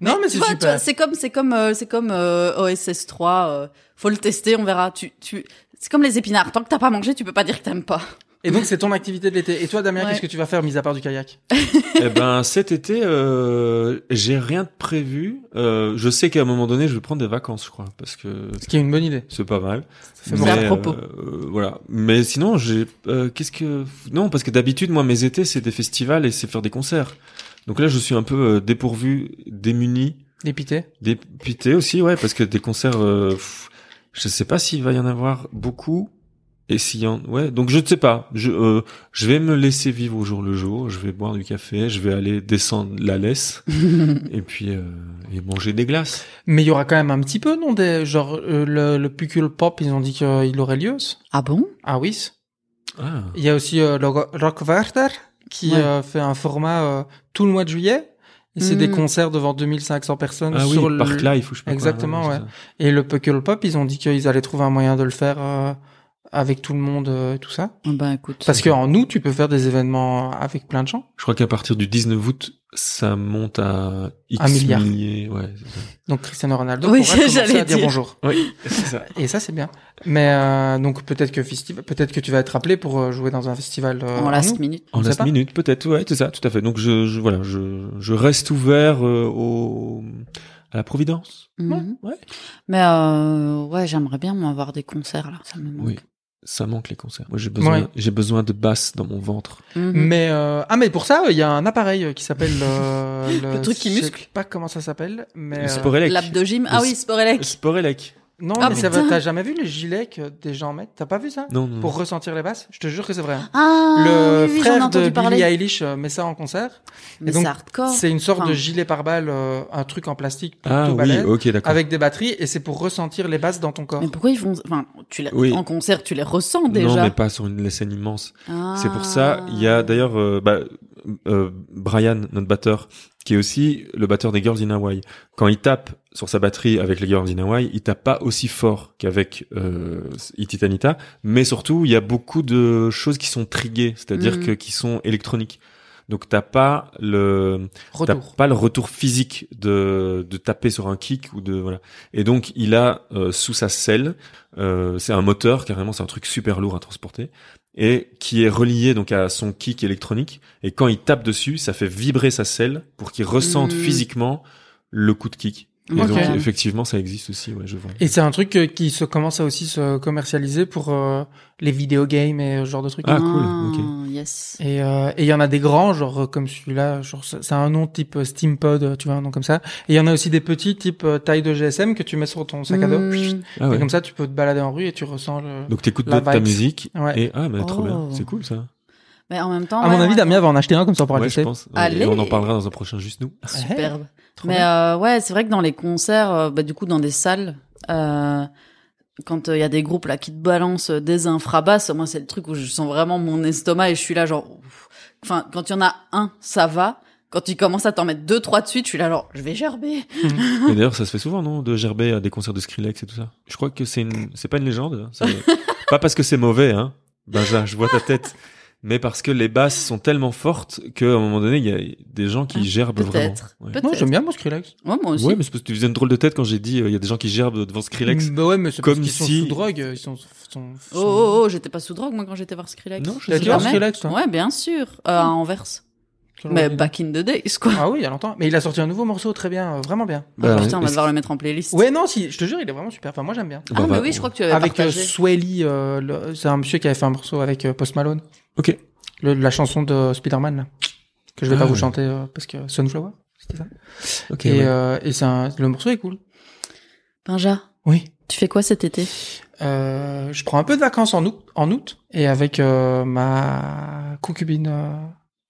Speaker 3: Non, mais,
Speaker 1: tu
Speaker 3: c'est
Speaker 1: vois, tu vois,
Speaker 3: super.
Speaker 1: C'est comme, c'est comme, euh, c'est comme euh, OSS 3. euh, faut le tester, on verra. Tu, tu. C'est comme les épinards. Tant que t'as pas mangé, tu peux pas dire que t'aimes pas.
Speaker 3: Et donc c'est ton activité de l'été. Et toi, Damien,
Speaker 1: Ouais.
Speaker 3: qu'est-ce que tu vas faire mis à part du kayak
Speaker 2: eh ben, cet été, euh, j'ai rien de prévu. Euh, je sais qu'à un moment donné, je vais prendre des vacances, je crois, parce que
Speaker 3: Ce qui est une bonne idée.
Speaker 2: c'est pas mal.
Speaker 3: Ça fait
Speaker 1: C'est
Speaker 3: bon.
Speaker 1: à
Speaker 2: Mais,
Speaker 1: propos.
Speaker 2: euh, voilà. Mais sinon, j'ai euh, qu'est-ce que non parce que d'habitude moi mes étés c'est des festivals et c'est faire des concerts. Donc là je suis un peu euh, dépourvu, démuni,
Speaker 3: Dépité.
Speaker 2: dépité aussi ouais parce que des concerts euh, pff, je sais pas s'il va y en avoir beaucoup et s'il y en ouais donc je ne sais pas. Je euh, je vais me laisser vivre au jour le jour, je vais boire du café, je vais aller descendre la laisse et puis euh, et manger des glaces.
Speaker 3: Mais il y aura quand même un petit peu, non des... Genre euh, le, le Pucul Pop, ils ont dit qu'il aurait lieu. ce-
Speaker 1: ah bon
Speaker 3: Ah oui.
Speaker 2: Ah.
Speaker 3: Il y a aussi euh, le Ro- Rockwarter qui
Speaker 1: Ouais.
Speaker 3: euh, fait un format euh, tout le mois de juillet. Et c'est des
Speaker 1: Mm.
Speaker 3: concerts devant 2500 personnes
Speaker 2: Ah oui,
Speaker 3: sur le...
Speaker 2: parc là, il faut je sais pas quoi,
Speaker 3: Exactement, ouais.
Speaker 2: c'est ça.
Speaker 3: Et le Puckle Pop, ils ont dit qu'ils allaient trouver un moyen de le faire euh, avec tout le monde euh, et tout ça.
Speaker 1: Ben écoute.
Speaker 3: Parce qu'en août, tu peux faire des événements avec plein de gens.
Speaker 2: Je crois qu'à partir du 19 août, ça monte à X
Speaker 3: Un milliard.
Speaker 2: milliers, Ouais, c'est ça.
Speaker 3: Donc Cristiano Ronaldo
Speaker 1: Oui,
Speaker 3: pourra commencer à
Speaker 1: j'allais
Speaker 3: dire,
Speaker 1: dire.
Speaker 3: bonjour.
Speaker 2: Oui, c'est ça.
Speaker 3: Et ça, c'est bien. Mais euh, donc peut-être que festi- peut-être que tu vas être appelé pour euh, jouer dans un festival. euh,
Speaker 1: en last
Speaker 3: août.
Speaker 1: minute.
Speaker 2: En
Speaker 3: Je sais
Speaker 2: last
Speaker 3: pas.
Speaker 2: minute, peut-être. Ouais, c'est ça, tout à fait. Donc je, je voilà, je, je reste ouvert euh, au à la providence.
Speaker 1: Mhm.
Speaker 2: ouais.
Speaker 1: Mais euh, ouais, j'aimerais bien moi, avoir des concerts là. Ça me manque.
Speaker 2: Oui. Ça manque les concerts. Moi, j'ai besoin,
Speaker 3: Ouais.
Speaker 2: j'ai besoin de basse dans mon ventre.
Speaker 1: Mhm.
Speaker 3: Mais euh, ah mais pour ça, il y a un appareil euh, qui s'appelle euh,
Speaker 1: Le truc qui
Speaker 3: je sais
Speaker 1: muscle.
Speaker 3: Pas comment ça s'appelle, mais euh,
Speaker 2: Sporelec.
Speaker 1: Lab de gym. Ah
Speaker 2: Le
Speaker 1: oui,
Speaker 2: s-
Speaker 1: Sporelec.
Speaker 2: Sporelec.
Speaker 3: non,
Speaker 1: Ah,
Speaker 3: mais ça va.
Speaker 1: putain.
Speaker 3: T'as jamais vu les gilets que des gens mettent T'as pas vu ça
Speaker 2: Non, non.
Speaker 3: Pour ressentir les basses Je te jure que c'est vrai. hein.
Speaker 1: Ah,
Speaker 3: le
Speaker 1: oui, oui, j'en ai
Speaker 3: frère
Speaker 1: entendu
Speaker 3: de
Speaker 1: parler.
Speaker 3: Billie Eilish euh, met ça en concert.
Speaker 1: Mais
Speaker 3: Et donc,
Speaker 1: c'est hardcore.
Speaker 3: C'est une sorte
Speaker 1: Enfin.
Speaker 3: de gilet par balle, un truc en plastique plutôt
Speaker 2: Ah oui,
Speaker 3: balèze,
Speaker 2: ok, d'accord.
Speaker 3: avec des batteries, et c'est pour ressentir les basses dans ton corps.
Speaker 1: Mais pourquoi ils font Enfin, tu les...
Speaker 2: Oui.
Speaker 1: en concert, tu les ressens déjà.
Speaker 2: Non, mais pas sur une scène immense. C'est
Speaker 1: Ah.
Speaker 2: pour ça, il y a d'ailleurs, euh, bah, euh, Brian, notre batteur, qui est aussi le batteur des Girls in Hawaii. Quand il tape sur sa batterie avec les Girls in Hawaii, il tape pas aussi fort qu'avec euh, Ititanita, mais surtout il y a beaucoup de choses qui sont triguées, c'est-à-dire
Speaker 3: Mm.
Speaker 1: Mhm.
Speaker 2: que qui sont électroniques. Donc t'as pas le t'as
Speaker 3: Retour.
Speaker 2: pas le retour physique de de taper sur un kick ou de voilà. Et donc il a euh, sous sa selle, euh, c'est un moteur carrément, c'est un truc super lourd à transporter et qui est relié donc à son kick électronique. Et quand il tape dessus, ça fait vibrer sa selle pour qu'il ressente
Speaker 1: Mm.
Speaker 2: physiquement le coup de kick. Et
Speaker 1: Ok.
Speaker 2: donc effectivement, ça existe aussi, ouais, je vois.
Speaker 3: Et c'est un truc euh, qui se commence à aussi se commercialiser pour euh, les vidéogames et ce genre de trucs.
Speaker 2: Ah, cool, ok.
Speaker 1: Yes.
Speaker 3: Et euh, et il y en a des grands, genre euh, comme celui-là, genre ça ça a un nom type euh, Steampod, euh, tu vois, un nom comme ça. Et il y en a aussi des petits type euh, taille de GSM que tu mets sur ton sac à dos.
Speaker 1: Mm.
Speaker 2: Ah
Speaker 3: Et
Speaker 2: ouais.
Speaker 3: comme ça, tu peux te balader en rue et tu ressens le...
Speaker 2: Donc t'écoutes
Speaker 3: La
Speaker 2: de ta
Speaker 3: vibe.
Speaker 2: musique
Speaker 3: Ouais.
Speaker 2: et ah mais trop bien,
Speaker 1: Oh.
Speaker 2: c'est cool ça.
Speaker 1: Mais en même temps,
Speaker 3: à mon
Speaker 1: ouais,
Speaker 3: avis,
Speaker 1: ouais,
Speaker 3: Damien va en acheter un comme ça pour
Speaker 2: ouais, je
Speaker 3: tester.
Speaker 2: pense. Ouais,
Speaker 1: Allez.
Speaker 2: et on en parlera dans un prochain juste nous.
Speaker 1: Superbe.
Speaker 3: Trop
Speaker 1: Mais
Speaker 3: bien.
Speaker 1: euh, ouais, c'est vrai que dans les concerts, euh, bah, du coup, dans des salles, euh, quand euh, il y a des groupes là qui te balancent euh, des infrabasses, moi c'est le truc où je sens vraiment mon estomac et je suis là genre, ouf. enfin, quand il y en a un, ça va. Quand tu commences à t'en mettre deux, trois de suite, je suis là genre, je vais gerber. Hum.
Speaker 2: Mais d'ailleurs, ça se fait souvent, non, de gerber à des concerts de Skrillex et tout ça. Je crois que c'est une, c'est pas une légende. hein. C'est- pas parce que c'est mauvais, hein. Benja, je vois ta tête. Mais parce que les basses sont tellement fortes qu'à un moment donné, il y a des gens qui gerbent Ah bah vraiment.
Speaker 1: Ah, Peut-être.
Speaker 2: Ouais.
Speaker 1: Peut-être.
Speaker 3: Moi, j'aime bien mon Skrillex.
Speaker 1: Ouais, moi aussi. Hum.
Speaker 2: Ouais, mais c'est parce que tu faisais une drôle de tête quand j'ai dit euh, il y a des gens qui gerbent devant Skrillex.
Speaker 3: Mm, Bah ouais, mais c'est
Speaker 2: Comme
Speaker 3: parce qu'ils
Speaker 2: si-
Speaker 3: sont sous drogue. euh, Ils sont, sont- sont-
Speaker 1: Oh, oh, oh, j'étais pas sous drogue moi quand j'étais voir Skrillex.
Speaker 2: Non, je
Speaker 3: T'as
Speaker 2: sais pas.
Speaker 3: déjà
Speaker 2: hein.
Speaker 3: vu Skrillex, toi
Speaker 1: Ouais, bien sûr, euh, à Anvers.
Speaker 3: Quel
Speaker 1: Mais bah.
Speaker 3: horreur.
Speaker 1: back in the days quoi.
Speaker 3: Ah oui, il y a longtemps. Mais il a sorti un nouveau morceau, très bien, euh, vraiment bien.
Speaker 2: Bah,
Speaker 1: Ah, putain, on va
Speaker 2: est-ce-
Speaker 1: devoir le mettre en playlist.
Speaker 3: Ouais, non, si, je te jure, il est vraiment super. Enfin, moi, j'aime bien.
Speaker 1: Ah,
Speaker 2: Bah,
Speaker 1: mais
Speaker 2: bah,
Speaker 1: oui, je
Speaker 2: on-
Speaker 1: crois que tu avais
Speaker 3: Avec euh,
Speaker 1: partagé.
Speaker 3: Sway Lee, euh, le- c'est un monsieur qui avait fait un morceau avec euh, Post Malone.
Speaker 2: Ok.
Speaker 3: Le- la chanson de Spider-Man, là. Que je vais
Speaker 2: Ah,
Speaker 3: pas vous
Speaker 2: ouais.
Speaker 3: chanter euh, parce que Sunflower, c'était ça.
Speaker 2: Ok.
Speaker 3: et
Speaker 2: ouais.
Speaker 3: euh, et c'est un- le morceau est cool.
Speaker 1: Benja,
Speaker 3: Oui.
Speaker 1: tu fais quoi cet été
Speaker 3: Euh, je prends un peu de vacances en août, en août et avec euh, ma concubine, euh,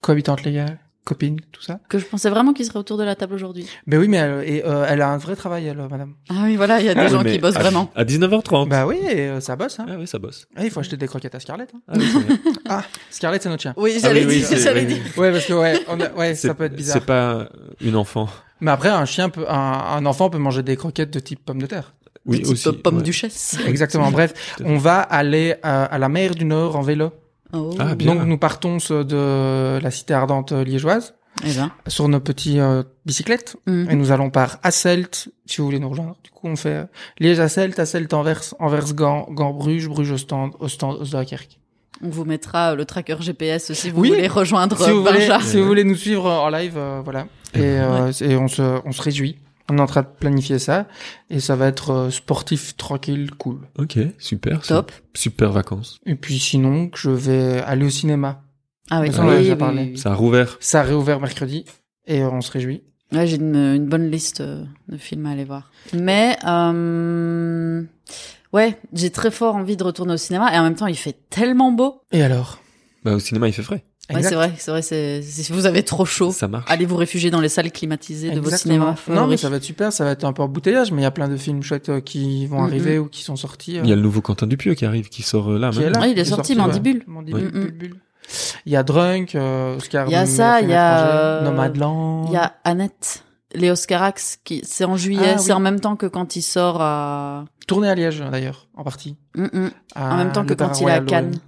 Speaker 3: cohabitante légale, copine, tout ça.
Speaker 1: Que je pensais vraiment qu'il serait autour de la table aujourd'hui.
Speaker 3: Mais oui, mais elle, et, euh, elle a un vrai travail, elle, euh, madame.
Speaker 1: Ah oui, voilà, il y a des
Speaker 2: Oui,
Speaker 1: gens
Speaker 2: mais ah
Speaker 1: qui bossent
Speaker 2: à-
Speaker 1: vraiment.
Speaker 2: À 19h30.
Speaker 3: Bah oui, et, euh, ça bosse. Hein.
Speaker 2: Ah oui, ça bosse.
Speaker 3: Eh, il faut acheter des croquettes à Scarlett. hein.
Speaker 2: Ah oui, c'est vrai.
Speaker 3: Ah, Scarlett, c'est notre chien.
Speaker 1: Oui,
Speaker 2: j'allais Ah oui, dire, c'est- j'allais oui.
Speaker 1: dire.
Speaker 3: Ouais, parce que ouais, on a- ouais, ça
Speaker 2: C'est-
Speaker 3: peut être bizarre.
Speaker 2: C'est pas une enfant.
Speaker 3: Mais après, un chien peut, un, un enfant peut manger des croquettes de type pomme de terre.
Speaker 2: Oui, aussi.
Speaker 1: Pomme
Speaker 2: ouais.
Speaker 1: duchesse.
Speaker 3: Exactement. Bref,
Speaker 2: Tout à fait.
Speaker 3: on va aller euh, à, à la mer du Nord en vélo.
Speaker 1: Oh.
Speaker 2: Ah, bien.
Speaker 3: Donc, nous partons ce- de la cité ardente euh, liégeoise
Speaker 1: Eh ben.
Speaker 3: sur nos petits euh, bicyclettes
Speaker 1: Mm.
Speaker 3: et nous allons par Asselt si vous voulez nous rejoindre. Du coup, on fait euh, Liège Asselt, Asselt Anvers, Anvers Gand, Gand Bruges, Bruges Ostende, Ostende Osterkerk.
Speaker 1: On vous mettra euh, le tracker GPS si vous
Speaker 3: Oui.
Speaker 1: voulez rejoindre
Speaker 3: Si vous
Speaker 1: euh,
Speaker 3: voulez,
Speaker 1: Benja.
Speaker 3: si vous voulez nous suivre euh, en live, euh, voilà.
Speaker 2: Eh
Speaker 3: Et,
Speaker 2: ben,
Speaker 3: euh, et on se, on se réjouit. On est en train de planifier ça et ça va être euh, sportif, tranquille, cool.
Speaker 2: Ok, super. ça.
Speaker 1: Top.
Speaker 2: Super vacances.
Speaker 3: Et puis sinon, que je vais aller au cinéma.
Speaker 1: Ah oui,
Speaker 3: Mais
Speaker 2: ça, on en a
Speaker 3: déjà parlé.
Speaker 2: Ça a rouvert.
Speaker 3: Ça a réouvert mercredi et euh, on se réjouit.
Speaker 1: Ouais, j'ai une, une bonne liste euh, de films à aller voir. Mais euh, ouais, j'ai très fort envie de retourner au cinéma et en même temps, il fait tellement beau.
Speaker 3: Et alors
Speaker 2: Bah, au cinéma, il fait frais.
Speaker 1: Ouais, c'est vrai, c'est vrai. c'est- Si vous avez trop chaud,
Speaker 2: Ça marche.
Speaker 1: allez vous réfugier dans les salles climatisées de vos cinémas
Speaker 3: Exactement. Non, mais
Speaker 1: favoris.
Speaker 3: ça va être super, ça va être un peu embouteillage, mais il y a plein de films chouettes euh, qui vont
Speaker 1: Mhm.
Speaker 3: arriver ou qui sont sortis. euh,
Speaker 2: Il y a le nouveau Quentin Dupieux qui arrive, qui sort euh, là.
Speaker 3: qui
Speaker 2: maintenant.
Speaker 1: Ouais, Ah, il est sorti,
Speaker 3: ouais.
Speaker 1: Mandibule.
Speaker 3: Mandibule,
Speaker 1: Oui.
Speaker 3: Bulbul. Il y a Drunk, euh, Oscar.
Speaker 1: Il y a
Speaker 3: de
Speaker 1: ça,
Speaker 3: meilleur film
Speaker 1: il y a,
Speaker 3: étranger,
Speaker 1: euh,
Speaker 3: Nomadland.
Speaker 1: Il y a Annette, les Oscarax, qui c'est en juillet,
Speaker 3: Ah,
Speaker 1: c'est
Speaker 3: oui.
Speaker 1: en même temps que quand il sort à.
Speaker 3: Tourné à Liège, d'ailleurs, en partie.
Speaker 1: Mm, mm.
Speaker 3: à
Speaker 1: en même temps que
Speaker 3: l'Opéra
Speaker 1: quand il est à
Speaker 3: Royal Lorraine.
Speaker 1: Cannes.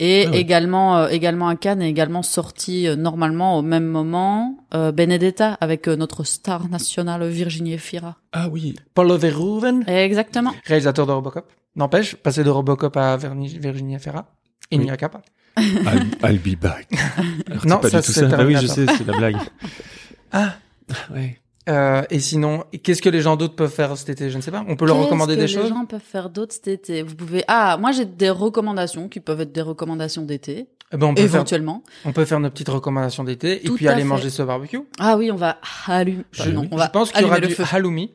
Speaker 1: Et
Speaker 2: Ah ouais.
Speaker 1: également, euh, également à Cannes, et également sorti euh, normalement au même moment, euh, Benedetta avec euh, notre star nationale Virginie Efira.
Speaker 2: Ah oui.
Speaker 3: Paul Verhoeven,
Speaker 1: Exactement.
Speaker 3: réalisateur de Robocop. N'empêche, passer de Robocop à Verni- Virginie Ferra, il
Speaker 2: Oui.
Speaker 3: n'y a qu'à pas.
Speaker 2: I'll, I'll be back. Alors,
Speaker 3: Non,
Speaker 2: c'est pas
Speaker 3: ça,
Speaker 2: du tout
Speaker 3: c'est
Speaker 2: ça. Bah oui, je
Speaker 3: Terminator.
Speaker 2: sais, c'est la blague.
Speaker 3: Ah.
Speaker 2: Ouais.
Speaker 3: Euh, et sinon, qu'est-ce que les gens d'autres peuvent faire cet été Je ne sais pas. On peut leur
Speaker 1: Qu'est-ce
Speaker 3: recommander
Speaker 1: que
Speaker 3: des choses.
Speaker 1: Les gens peuvent faire d'autres cet été. Vous pouvez. Ah, moi j'ai des recommandations qui peuvent être des recommandations d'été,
Speaker 3: Eh ben, on, peut faire,
Speaker 1: éventuellement.
Speaker 3: on peut faire nos petites recommandations d'été et
Speaker 1: Tout
Speaker 3: puis
Speaker 1: à
Speaker 3: aller
Speaker 1: fait.
Speaker 3: manger ce barbecue.
Speaker 1: Ah oui, on va allumer.
Speaker 2: Bah Je-
Speaker 1: non, on
Speaker 3: Je
Speaker 1: va
Speaker 3: pense qu'il y aura
Speaker 1: allumer le
Speaker 3: du
Speaker 1: feu.
Speaker 3: halloumi.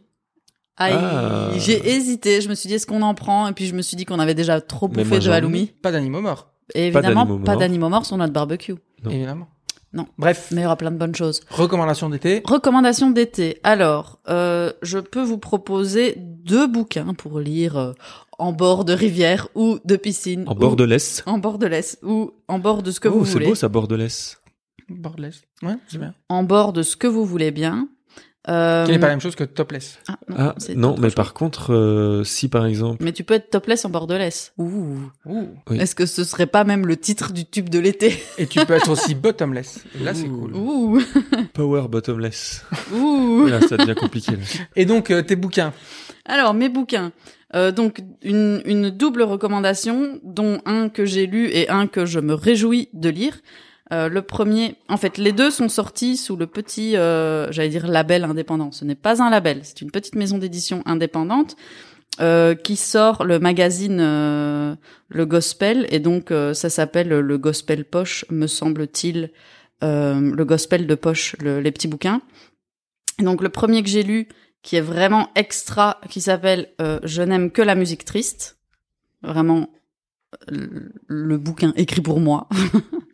Speaker 1: Aïe,
Speaker 2: Ah.
Speaker 1: j'ai hésité. Je me suis dit, est-ce qu'on en prend Et puis je me suis dit qu'on avait déjà trop
Speaker 2: Mais moi,
Speaker 1: bouffé de
Speaker 2: j'en ai.
Speaker 1: halloumi.
Speaker 3: Pas d'animaux morts,
Speaker 1: Et
Speaker 2: Pas
Speaker 1: évidemment,
Speaker 2: d'animaux
Speaker 1: pas
Speaker 2: morts.
Speaker 1: d'animaux morts sur notre barbecue.
Speaker 2: Non.
Speaker 3: évidemment.
Speaker 1: Non.
Speaker 3: Bref,
Speaker 1: Mais il y aura plein de bonnes choses.
Speaker 3: recommandations d'été.
Speaker 1: Recommandations d'été. Alors, euh, je peux vous proposer deux bouquins pour lire euh, en bord de rivière ou de piscine.
Speaker 2: En
Speaker 1: ou-
Speaker 2: bord de l'Est.
Speaker 1: En bord de l'Est ou en bord de ce que
Speaker 2: oh,
Speaker 1: vous
Speaker 2: c'est
Speaker 1: voulez.
Speaker 2: beau ça, bord de l'Est.
Speaker 3: Borderless. Ouais, c'est bien.
Speaker 1: en bord de ce que vous voulez bien. Euh,
Speaker 3: Qui n'est pas la même chose que topless.
Speaker 1: ah, non,
Speaker 2: Ah,
Speaker 1: c'est
Speaker 2: non,
Speaker 1: autre
Speaker 2: mais
Speaker 1: chose.
Speaker 2: par contre, euh, si par exemple,
Speaker 1: Mais tu peux être topless en bordeless. Ouh.
Speaker 3: Ouh.
Speaker 2: Oui.
Speaker 1: Est-ce que ce serait pas même le titre du tube de l'été
Speaker 3: Et tu peux être aussi bottomless. Et là, c'est
Speaker 2: Ouh.
Speaker 3: cool.
Speaker 1: Ouh.
Speaker 2: Power Bottomless.
Speaker 1: Ouh.
Speaker 2: Là, ça devient compliqué. là.
Speaker 3: Et donc, euh, tes bouquins.
Speaker 1: Alors mes bouquins. Euh, donc une, une double recommandation, dont un que j'ai lu et un que je me réjouis de lire. Euh, le premier, en fait, les deux sont sortis sous le petit, euh, j'allais dire label indépendant. Ce n'est pas un label, c'est une petite maison d'édition indépendante euh, qui sort le magazine euh, Le Gospel et donc euh, ça s'appelle le Gospel Poche, me semble-t-il, euh, le Gospel de poche, le- les petits bouquins. Et donc le premier que j'ai lu, qui est vraiment extra, qui s'appelle euh, Je n'aime que la musique triste. Vraiment le, le bouquin écrit pour moi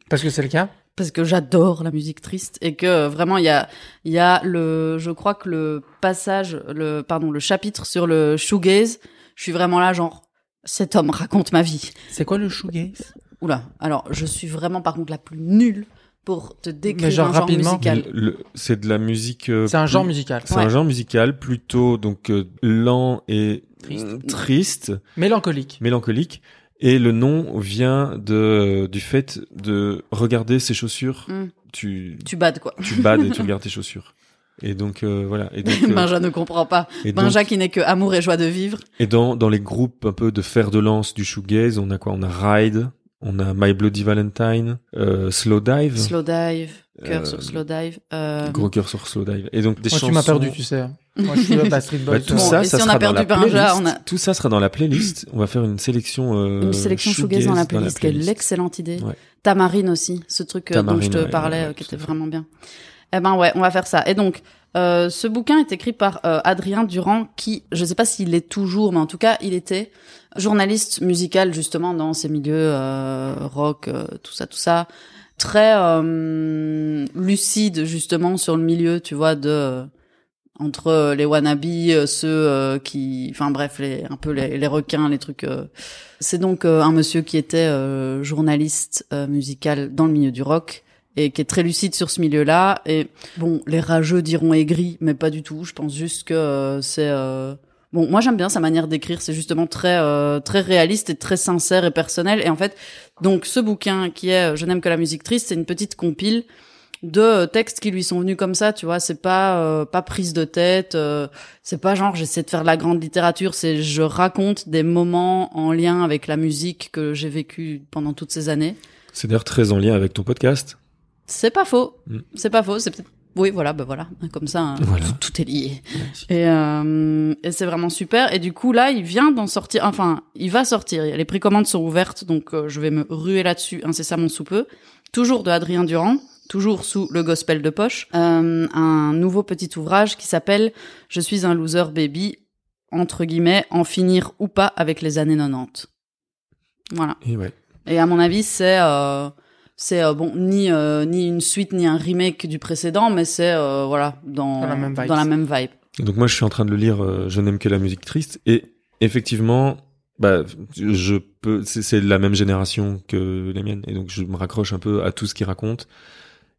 Speaker 3: Parce que c'est le cas.
Speaker 1: parce que j'adore la musique triste et que euh, vraiment il y a il y a le je crois que le passage le pardon le chapitre sur le shoegaze, je suis vraiment là genre cet homme raconte ma vie.
Speaker 3: C'est quoi le shoegaze
Speaker 1: Oula, alors je suis vraiment par contre la plus nulle pour te décrire
Speaker 3: genre
Speaker 1: un genre
Speaker 3: rapidement.
Speaker 1: musical.
Speaker 2: Le- le- C'est de la musique. euh,
Speaker 3: C'est un
Speaker 2: plus-
Speaker 3: genre musical.
Speaker 2: C'est
Speaker 1: Ouais.
Speaker 2: un genre musical plutôt donc euh, lent et
Speaker 3: Triste.
Speaker 2: triste,
Speaker 3: Mélancolique.
Speaker 2: mélancolique. Et le nom vient de du fait de regarder ses chaussures.
Speaker 1: Mm.
Speaker 2: Tu
Speaker 1: Tu bades quoi.
Speaker 2: tu bades et tu regardes tes chaussures. Et donc euh, voilà. Et donc, euh,
Speaker 1: Benja ne comprend pas.
Speaker 2: et donc-
Speaker 1: Benja qui n'est que amour et joie de vivre.
Speaker 2: Et dans, dans les groupes un peu de fer de lance du shoegaze, on a quoi On a Ride, on a My Bloody Valentine, euh, Slow Dive,
Speaker 1: Slow dive, cœur
Speaker 2: Euh,
Speaker 1: sur slow dive. euh,
Speaker 2: gros cœur sur Slow Dive. Et donc des
Speaker 3: Moi,
Speaker 2: chansons.
Speaker 3: Oh, tu m'as perdu, tu sais. Moi, je suis le Street Boys.
Speaker 2: Bah, tout
Speaker 1: Bon,
Speaker 2: ça,
Speaker 1: et
Speaker 2: ça
Speaker 1: si on
Speaker 2: sera
Speaker 1: a
Speaker 2: dans la
Speaker 1: perdu Benja,
Speaker 2: playlist.
Speaker 1: on a-
Speaker 2: Tout ça sera dans la playlist. On va faire une sélection. Euh,
Speaker 1: Une sélection shoegaze dans la playlist, qui est
Speaker 2: playlist.
Speaker 1: l'excellente idée.
Speaker 2: Ouais.
Speaker 1: Tamarine aussi, ce truc euh, dont je
Speaker 2: Tamarine,
Speaker 1: te
Speaker 2: ouais,
Speaker 1: parlais,
Speaker 2: ouais,
Speaker 1: euh,
Speaker 2: ouais,
Speaker 1: qui
Speaker 2: tout
Speaker 1: était
Speaker 2: à fait.
Speaker 1: vraiment bien. Eh ben ouais, on va faire ça. Et donc, euh, ce bouquin est écrit par euh, Adrien Durand, qui, je sais pas s'il est toujours, mais en tout cas, il était journaliste musical justement dans ces milieux euh, rock, euh, tout ça, tout ça. Très euh, lucide justement sur le milieu, tu vois, de entre les wannabes, euh, ceux euh, qui, enfin bref, les, un peu les, les requins, les trucs. euh. C'est donc euh, un monsieur qui était euh, journaliste euh, musical dans le milieu du rock et qui est très lucide sur ce milieu-là. Et bon, les rageux diront aigri, mais pas du tout. Je pense juste que euh, c'est euh, bon. Moi, j'aime bien sa manière d'écrire. C'est justement très euh, très réaliste et très sincère et personnel. Et en fait, donc ce bouquin qui est euh, Je n'aime que la musique triste, c'est une petite compile de euh, textes qui lui sont venus comme ça, tu vois, c'est pas euh, pas prise de tête, euh, c'est pas genre j'essaie de faire de la grande littérature, c'est je raconte des moments en lien avec la musique que j'ai vécu pendant toutes ces années.
Speaker 2: C'est d'ailleurs très en lien avec ton podcast.
Speaker 1: C'est pas faux,
Speaker 2: Mm.
Speaker 1: c'est pas faux, c'est peut-être oui, voilà, bah voilà, comme ça, hein,
Speaker 2: Voilà.
Speaker 1: tout, tout est lié. Et, euh, et c'est vraiment super. Et du coup, là, il vient d'en sortir. Enfin, il va sortir. Les précommandes sont ouvertes, donc euh, je vais me ruer là-dessus incessamment sous peu. Toujours de Adrien Durand, toujours sous le gospel de poche. Euh, un nouveau petit ouvrage qui s'appelle Je suis un loser baby, entre guillemets, en finir ou pas avec les années 90. Voilà.
Speaker 2: Et ouais.
Speaker 1: Et à mon avis, c'est euh, c'est euh, bon ni euh, ni une suite ni un remake du précédent, mais c'est euh, voilà dans
Speaker 3: Dans la même vibe.
Speaker 1: dans la même vibe.
Speaker 2: Et donc moi, je suis en train de le lire. euh, je n'aime que la musique triste. Et effectivement, bah, je peux. C'est c'est de la même génération que la mienne, et donc je me raccroche un peu à tout ce qu'il raconte.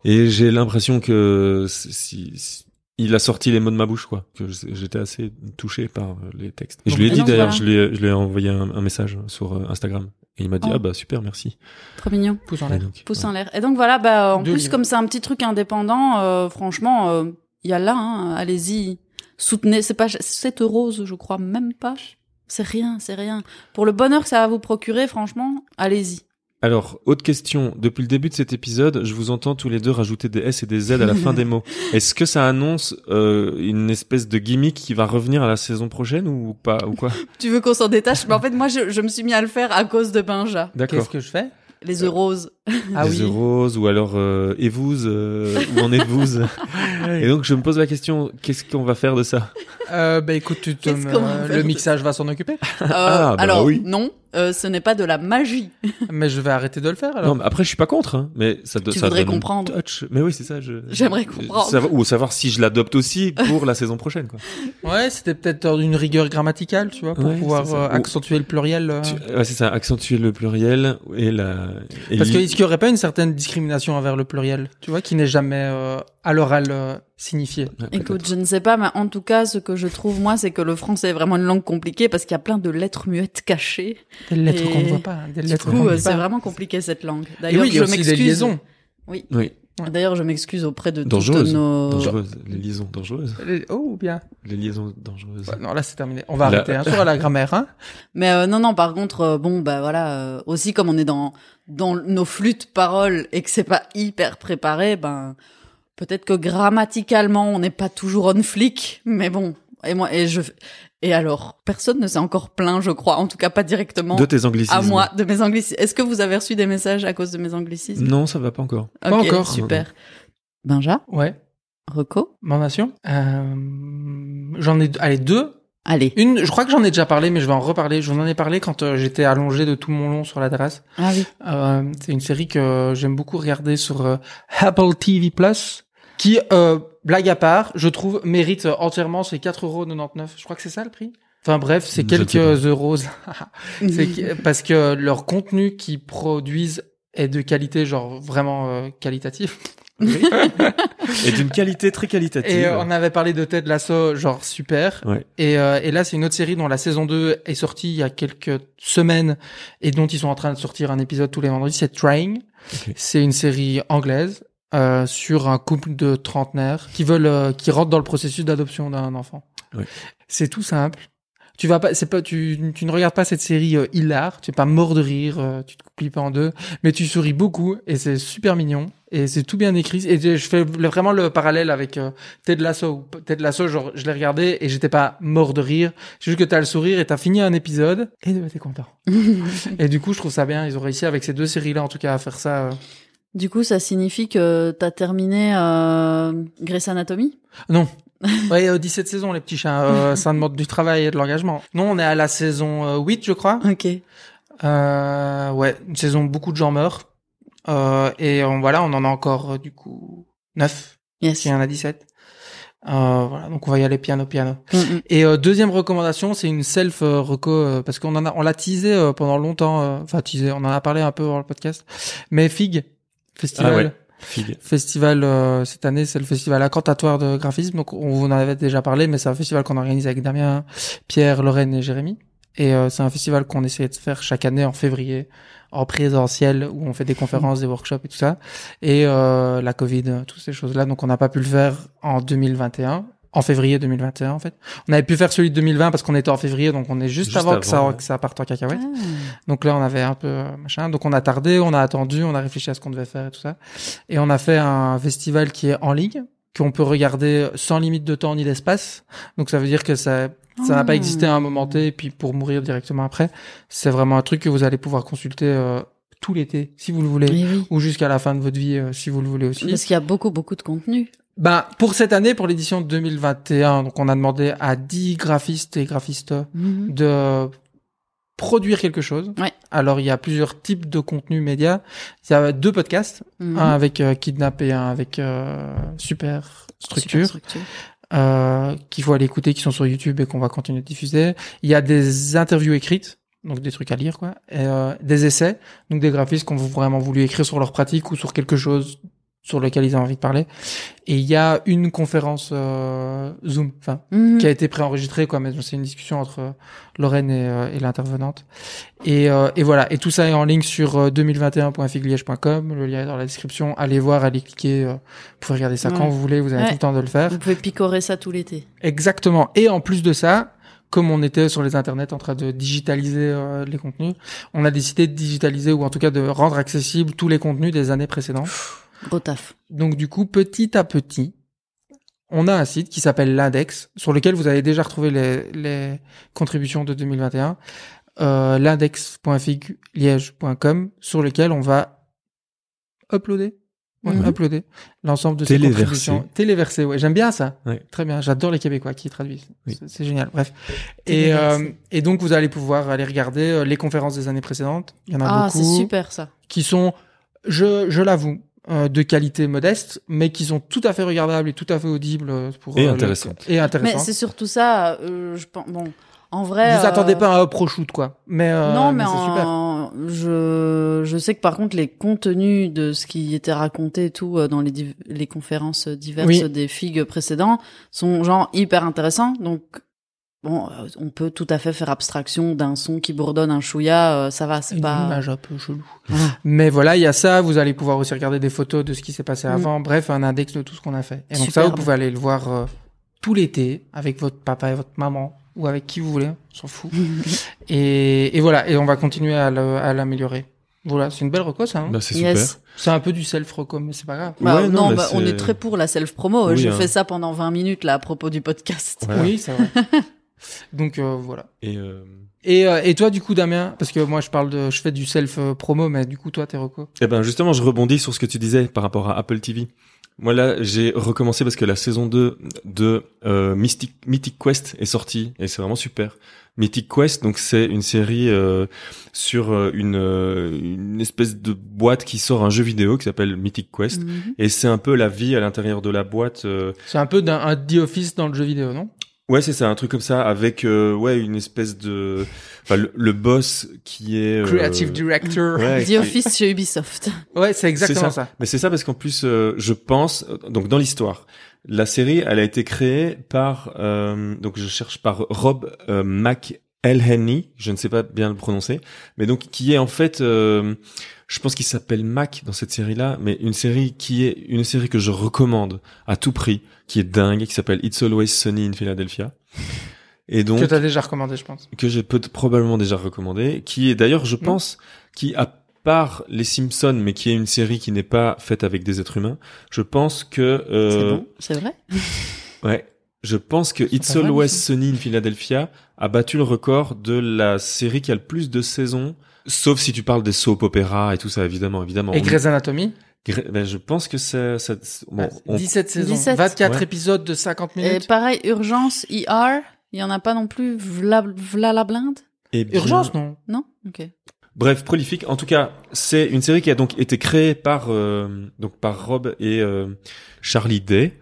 Speaker 2: Et j'ai l'impression que si, si- si- il a sorti les mots de ma bouche, quoi. Que je- j'étais assez touché par euh, les textes. Et je
Speaker 3: Donc,
Speaker 2: lui ai
Speaker 1: et
Speaker 2: dit
Speaker 1: donc,
Speaker 2: d'ailleurs,
Speaker 1: voilà.
Speaker 2: je lui ai- je lui ai envoyé un, un message sur euh, Instagram. Et il m'a dit
Speaker 1: Oh.
Speaker 2: ah bah super merci.
Speaker 1: Trop mignon.
Speaker 3: Pouce en
Speaker 2: Et
Speaker 3: l'air.
Speaker 2: donc,
Speaker 1: Pouce
Speaker 2: ouais.
Speaker 1: en l'air. Et donc voilà, bah, en
Speaker 3: Deux
Speaker 1: plus,
Speaker 3: livres.
Speaker 1: comme c'est un petit truc indépendant, euh, franchement, euh, il y a là, hein, allez-y, soutenez. C'est pas 7 euros, je crois, même pas. C'est rien, c'est rien. Pour le bonheur que ça va vous procurer, franchement, allez-y.
Speaker 2: Alors autre question. Depuis le début de cet épisode, je vous entends tous les deux rajouter des S et des Z à la fin des mots. Est-ce que ça annonce euh, une espèce de gimmick qui va revenir à la saison prochaine ou pas ou quoi
Speaker 1: Tu veux qu'on s'en détache Mais en fait, moi, je, je me suis mis à le faire à cause de Benja.
Speaker 2: D'accord.
Speaker 3: Qu'est-ce que je fais
Speaker 1: Les
Speaker 2: Euh.
Speaker 1: euros.
Speaker 3: Ah
Speaker 2: des
Speaker 3: oui.
Speaker 2: euros ou alors euh, et vous euh, où en êtes-vous
Speaker 1: Ah
Speaker 2: Et donc je me pose la question qu'est-ce qu'on va faire de ça
Speaker 3: Euh, bah écoute, tu te-
Speaker 1: Qu'est-ce qu'on va
Speaker 3: euh,
Speaker 1: faire
Speaker 3: le
Speaker 1: de-
Speaker 3: mixage va s'en occuper.
Speaker 1: Euh,
Speaker 2: Ah, bah
Speaker 1: alors,
Speaker 2: oui.
Speaker 1: non. euh, ce n'est pas de la magie.
Speaker 3: Mais je vais arrêter de le faire alors.
Speaker 2: Non, mais après, je suis pas contre, hein, mais ça, do-
Speaker 1: Tu
Speaker 2: ça
Speaker 1: voudrais
Speaker 2: donne un
Speaker 1: comprendre.
Speaker 2: touch. Mais oui, c'est ça. je-
Speaker 1: J'aimerais
Speaker 2: je-
Speaker 1: comprendre.
Speaker 2: savoir- ou savoir si je l'adopte aussi pour la saison prochaine. Quoi.
Speaker 3: Ouais, c'était peut-être euh, une rigueur grammaticale, tu vois, pour
Speaker 2: Ouais, c'est
Speaker 3: pouvoir
Speaker 2: ça.
Speaker 3: euh,
Speaker 2: Ou-
Speaker 3: accentuer le pluriel. euh.
Speaker 2: Tu- ouais, c'est ça, accentuer le pluriel et la. et
Speaker 3: Parce que
Speaker 2: l'i-
Speaker 3: est-ce qu'il n'y aurait pas une certaine discrimination envers le pluriel, tu vois, qui n'est jamais euh, à l'oral euh, signifié
Speaker 2: Ouais, peut-être.
Speaker 1: Écoute, je ne sais pas, mais en tout cas, ce que je trouve, moi, c'est que le français est vraiment une langue compliquée parce qu'il y a plein de lettres muettes cachées.
Speaker 3: Des lettres
Speaker 1: Et
Speaker 3: qu'on ne voit pas, hein, des
Speaker 1: Du
Speaker 3: lettres qu'on
Speaker 1: coup,
Speaker 3: ne
Speaker 1: euh,
Speaker 3: voit
Speaker 1: c'est
Speaker 3: pas.
Speaker 1: vraiment compliqué cette langue.
Speaker 3: Et
Speaker 1: D'ailleurs,
Speaker 3: oui, il y
Speaker 1: je
Speaker 3: a aussi des
Speaker 1: m'excuse.
Speaker 3: liaisons.
Speaker 2: Oui,
Speaker 1: D'ailleurs, je m'excuse auprès de
Speaker 2: Dangereuse.
Speaker 1: toutes nos.
Speaker 2: Euh, dangereuse. Les liaisons dangereuses.
Speaker 3: Les- Oh bien.
Speaker 2: Les liaisons dangereuses.
Speaker 3: Ouais, non, là c'est terminé. On va
Speaker 2: La-
Speaker 3: arrêter hein, sur la grammaire. Hein.
Speaker 1: Mais euh, non, non. Par contre, euh, bon, bah voilà. euh, aussi, comme on est dans dans nos flux de paroles et que c'est pas hyper préparé, ben peut-être que grammaticalement, on n'est pas toujours on flic. Mais bon. Et moi, et je. Et alors, personne ne s'est encore plaint, je crois. En tout cas, pas directement.
Speaker 2: De tes anglicismes.
Speaker 1: à moi de mes anglicismes. Est-ce que vous avez reçu des messages à cause de mes anglicismes
Speaker 2: Non, ça va pas encore.
Speaker 3: pas
Speaker 1: Ok,
Speaker 3: encore.
Speaker 1: Super. Benja,
Speaker 3: Ouais.
Speaker 1: Rocco,
Speaker 3: Mention. Euh, j'en ai allez deux.
Speaker 1: allez.
Speaker 3: Une, je crois que j'en ai déjà parlé, mais je vais en reparler. J'en en ai parlé quand euh, j'étais allongé de tout mon long sur l'adresse.
Speaker 1: Ah oui.
Speaker 3: Euh, c'est une série que j'aime beaucoup regarder sur euh, Apple TV Plus, qui, euh, blague à part, je trouve mérite euh, entièrement ces 4,99€. Je crois que c'est ça le prix. Enfin bref, c'est
Speaker 2: Je ne sais
Speaker 3: quelques euros.
Speaker 1: Mhm.
Speaker 3: C'est que- parce que leur contenu qu'ils produisent est de qualité, genre vraiment euh, qualitatif.
Speaker 2: Et d'une qualité très qualitative.
Speaker 3: Et euh, on avait parlé de Ted Lasso, genre super.
Speaker 2: Ouais.
Speaker 3: Et, euh, et là, c'est une autre série dont la saison 2 est sortie il y a quelques semaines et dont ils sont en train de sortir un épisode tous les vendredis, c'est Train.
Speaker 2: Ok.
Speaker 3: C'est une série anglaise euh, sur un couple de trentenaires qui veulent, euh, qui rentrent dans le processus d'adoption d'un enfant.
Speaker 2: Ouais.
Speaker 3: C'est tout simple. Tu vas pas, c'est pas, tu, tu ne regardes pas cette série euh, hilar, tu es pas mort de rire, euh, tu te plies pas en deux, mais tu souris beaucoup et c'est super mignon et c'est tout bien écrit. Et je je fais le- vraiment le parallèle avec euh, Ted Lasso. Ted Lasso, genre, je l'ai regardé et j'étais pas mort de rire. C'est juste que t'as le sourire et t'as fini un épisode et euh, t'es content. et du coup, je trouve ça bien. Ils ont réussi avec ces deux séries-là, en tout cas, à faire ça. euh.
Speaker 1: Du coup, ça signifie que t'as terminé euh, Grey's Anatomy
Speaker 3: Ouais, euh, 17 saisons, les petits chiens. euh, ça demande du travail et de l'engagement. Non, on est à la saison euh, 8, je crois.
Speaker 1: Ok.
Speaker 3: Euh, ouais, une saison où beaucoup de gens meurent. Euh, et on, voilà, on en a encore, euh, du coup, 9.
Speaker 1: Yes.
Speaker 3: Il y en a 17. Euh, voilà, donc on va y aller piano, piano.
Speaker 1: Mm, mm.
Speaker 3: Et euh, deuxième recommandation, c'est une self euh, reco euh, parce qu'on en a, on l'a teasé euh, pendant longtemps, euh, enfin teasé, on en a parlé un peu dans le podcast. Mais Fig Festival,
Speaker 2: Ah ouais. Figue.
Speaker 3: festival euh, cette année, c'est le festival incantatoire de graphisme. Donc on vous en avait déjà parlé, mais c'est un festival qu'on organise avec Damien, Pierre, Lorraine et Jérémy. Et euh, c'est un festival qu'on essaie de faire chaque année en février, en présentiel, où on fait des conférences, des workshops et tout ça. Et euh, la Covid, euh, toutes ces choses-là. Donc on n'a pas pu le faire en 2021, en février 2021 en fait. On avait pu faire celui de 2020 parce qu'on était en février, donc on est juste,
Speaker 2: Juste
Speaker 3: avant, que, ça,
Speaker 2: avant, ouais.
Speaker 3: que ça parte en cacahuète.
Speaker 1: Ah.
Speaker 3: Donc là, on avait un peu euh, machin. Donc on a tardé, on a attendu, on a réfléchi à ce qu'on devait faire et tout ça. Et on a fait un festival qui est en ligne, qu'on peut regarder sans limite de temps ni d'espace. Donc ça veut dire que ça ça n'a pas
Speaker 1: Ah.
Speaker 3: existé à un moment T et puis pour mourir directement après. C'est vraiment un truc que vous allez pouvoir consulter euh, tout l'été si vous le voulez.
Speaker 1: Mais Eh oui.
Speaker 3: Ou jusqu'à la fin de votre vie, euh, si vous le voulez aussi.
Speaker 1: Parce qu'il y a beaucoup, beaucoup de contenu.
Speaker 3: Bah, pour cette année, pour l'édition 2021, donc on a demandé à 10 graphistes et graphistes
Speaker 1: Mhm.
Speaker 3: de produire quelque chose.
Speaker 1: Ouais.
Speaker 3: Alors il y a plusieurs types de contenu média. Il y a deux podcasts,
Speaker 1: Mhm.
Speaker 3: un avec euh, Kidnap et un avec euh, Super
Speaker 1: Super
Speaker 3: Structure,
Speaker 1: structure.
Speaker 3: euh, qu'il faut aller écouter, qui sont sur YouTube et qu'on va continuer de diffuser. Il y a des interviews écrites, donc des trucs à lire quoi, et, euh, des essais, donc des graphistes qu'on ont vraiment voulu écrire sur leur pratique ou sur quelque chose sur lequel ils ont envie de parler. Et il y a une conférence euh, Zoom, enfin
Speaker 1: Mhm.
Speaker 3: qui a été préenregistré quoi mais c'est une discussion entre euh, Lorraine et, euh, et l'intervenante et, euh, et voilà et tout ça est en ligne sur euh, 2021.figliège.com le lien est dans la description allez voir allez cliquer euh, vous pouvez regarder ça
Speaker 1: Ouais.
Speaker 3: quand vous voulez vous avez
Speaker 1: Ouais.
Speaker 3: tout le temps de le faire
Speaker 1: Vous pouvez picorer ça tout l'été.
Speaker 3: exactement et en plus de ça comme on était sur les internets en train de digitaliser euh, les contenus on a décidé de digitaliser ou en tout cas de rendre accessible tous les contenus des années précédentes
Speaker 1: Gros taf.
Speaker 3: donc du coup, petit à petit, on a un site qui s'appelle l'index, sur lequel vous avez déjà retrouvé les, les contributions de 2021, euh, l'index.figliège.com, sur lequel on va uploader, Ouais,
Speaker 1: Mhm.
Speaker 3: Uploader l'ensemble de
Speaker 2: Téléversé.
Speaker 3: ces contributions. Téléversé, ouais. J'aime bien ça.
Speaker 2: Ouais.
Speaker 3: Très bien. J'adore les Québécois qui traduisent.
Speaker 2: Oui.
Speaker 3: C'est- C'est génial. Bref. Et,
Speaker 1: Téléversé.
Speaker 3: euh, et donc, vous allez pouvoir aller regarder euh, les conférences des années précédentes. Il y en a
Speaker 1: Ah,
Speaker 3: beaucoup.
Speaker 1: c'est super ça.
Speaker 3: Qui sont, je, je l'avoue, euh, de qualité modeste, mais qui sont tout à fait regardables et tout à fait audibles euh, pour
Speaker 2: Et
Speaker 3: euh, le-
Speaker 2: intéressantes.
Speaker 3: et
Speaker 1: Mais
Speaker 3: intéressantes.
Speaker 1: c'est surtout ça. euh, je pense. Bon, en vrai.
Speaker 3: Vous
Speaker 1: euh,
Speaker 3: attendez pas un up shoot quoi. Mais euh,
Speaker 1: non, mais,
Speaker 3: c'est super.
Speaker 1: en- je je sais que par contre les contenus de ce qui était raconté et tout euh, dans les div- les conférences diverses
Speaker 3: Oui.
Speaker 1: des figues précédents sont genre hyper intéressants. Donc bon, euh, on peut tout à fait faire abstraction d'un son qui bourdonne un chouïa, euh, ça va, c'est
Speaker 3: une
Speaker 1: pas. Ah.
Speaker 3: image un peu chelou.
Speaker 1: Voilà.
Speaker 3: Mais voilà, il y a ça. Vous allez pouvoir aussi regarder des photos de ce qui s'est passé avant. Bref, un index de tout ce qu'on a fait. Et donc ça,
Speaker 1: Mm. Superbe.
Speaker 3: vous pouvez aller le voir euh, tout l'été avec votre papa et votre maman ou avec qui vous voulez. On s'en fout. et, et voilà. Et on va continuer à le- à l'améliorer. Voilà, c'est une belle reco, ça. hein
Speaker 2: Bah, c'est super.
Speaker 1: Yes.
Speaker 3: c'est un peu du self reco, mais c'est pas grave.
Speaker 1: Bah,
Speaker 2: Ouais,
Speaker 1: non,
Speaker 2: mais
Speaker 1: bah, on
Speaker 2: c'est-
Speaker 1: est très pour la self promo.
Speaker 2: Oui,
Speaker 1: J'ai
Speaker 2: hein.
Speaker 1: fait ça pendant 20 minutes là à propos du podcast.
Speaker 2: Voilà.
Speaker 3: Oui, c'est vrai. donc euh, voilà.
Speaker 2: Et euh,
Speaker 3: Et, euh, et toi, du coup, Damien, parce que moi, je parle de, je fais du self euh, promo, mais du coup, toi, t'es reco.
Speaker 2: eh ben justement, je rebondis sur ce que tu disais par rapport à Apple TV. Moi là, j'ai recommencé parce que la saison 2 de euh, Mystic, Mythic Quest est sortie et c'est vraiment super. Mythic Quest, donc c'est une série euh, sur euh, une, euh, une espèce de boîte qui sort un jeu vidéo qui s'appelle Mythic Quest.
Speaker 1: Mhm.
Speaker 2: Et c'est un peu la vie à l'intérieur de la boîte. euh,
Speaker 3: C'est un peu d'un un The Office dans le jeu vidéo, non
Speaker 2: Ouais, c'est ça, un truc comme ça, avec euh, ouais une espèce de, enfin le, le boss qui est euh,
Speaker 3: Creative Director. Ouais,
Speaker 2: ouais,
Speaker 1: The
Speaker 2: qui-
Speaker 1: Office chez Ubisoft.
Speaker 3: c'est exactement ça.
Speaker 2: Mais c'est ça parce qu'en plus, euh, je pense, euh, donc dans l'histoire, la série, elle a été créée par, euh, donc je cherche par Rob euh, McElhenney, je ne sais pas bien le prononcer, mais donc qui est en fait, euh, je pense qu'il s'appelle Mac dans cette série-là, mais une série qui est une série que je recommande à tout prix, qui est dingue, qui s'appelle It's Always Sunny in Philadelphia. Et donc,
Speaker 3: Que t'as déjà recommandé, je pense.
Speaker 2: que j'ai peut probablement déjà recommandé, qui est d'ailleurs,
Speaker 3: Mm.
Speaker 2: je pense, qui à part les Simpsons, mais qui est une série qui n'est pas faite avec des êtres humains, je pense que
Speaker 1: C'est
Speaker 2: euh,
Speaker 1: bon, c'est vrai.
Speaker 2: ouais, je pense que It's
Speaker 3: pas mal,
Speaker 2: Always
Speaker 3: ça.
Speaker 2: Sunny in Philadelphia a battu le record de la série qui a le plus de saisons, sauf si tu parles des soap opéra et tout ça, évidemment, évidemment.
Speaker 3: Et
Speaker 2: On-
Speaker 3: Grey's Anatomy,
Speaker 2: Grey- ben, je pense que ça, ça
Speaker 3: Bah,
Speaker 2: bon, on-
Speaker 3: 17 saisons,
Speaker 1: 17.
Speaker 3: 24
Speaker 2: Ouais.
Speaker 3: épisodes de 50
Speaker 1: Et
Speaker 3: minutes.
Speaker 1: pareil, urgence, ER, il y en a pas non plus, v'là, v'là la blinde
Speaker 2: eh bien-
Speaker 3: Urgence, non
Speaker 1: Non Ok.
Speaker 2: Bref, prolifique. En tout cas, c'est une série qui a donc été créée par euh, donc par Rob et euh, Charlie Day.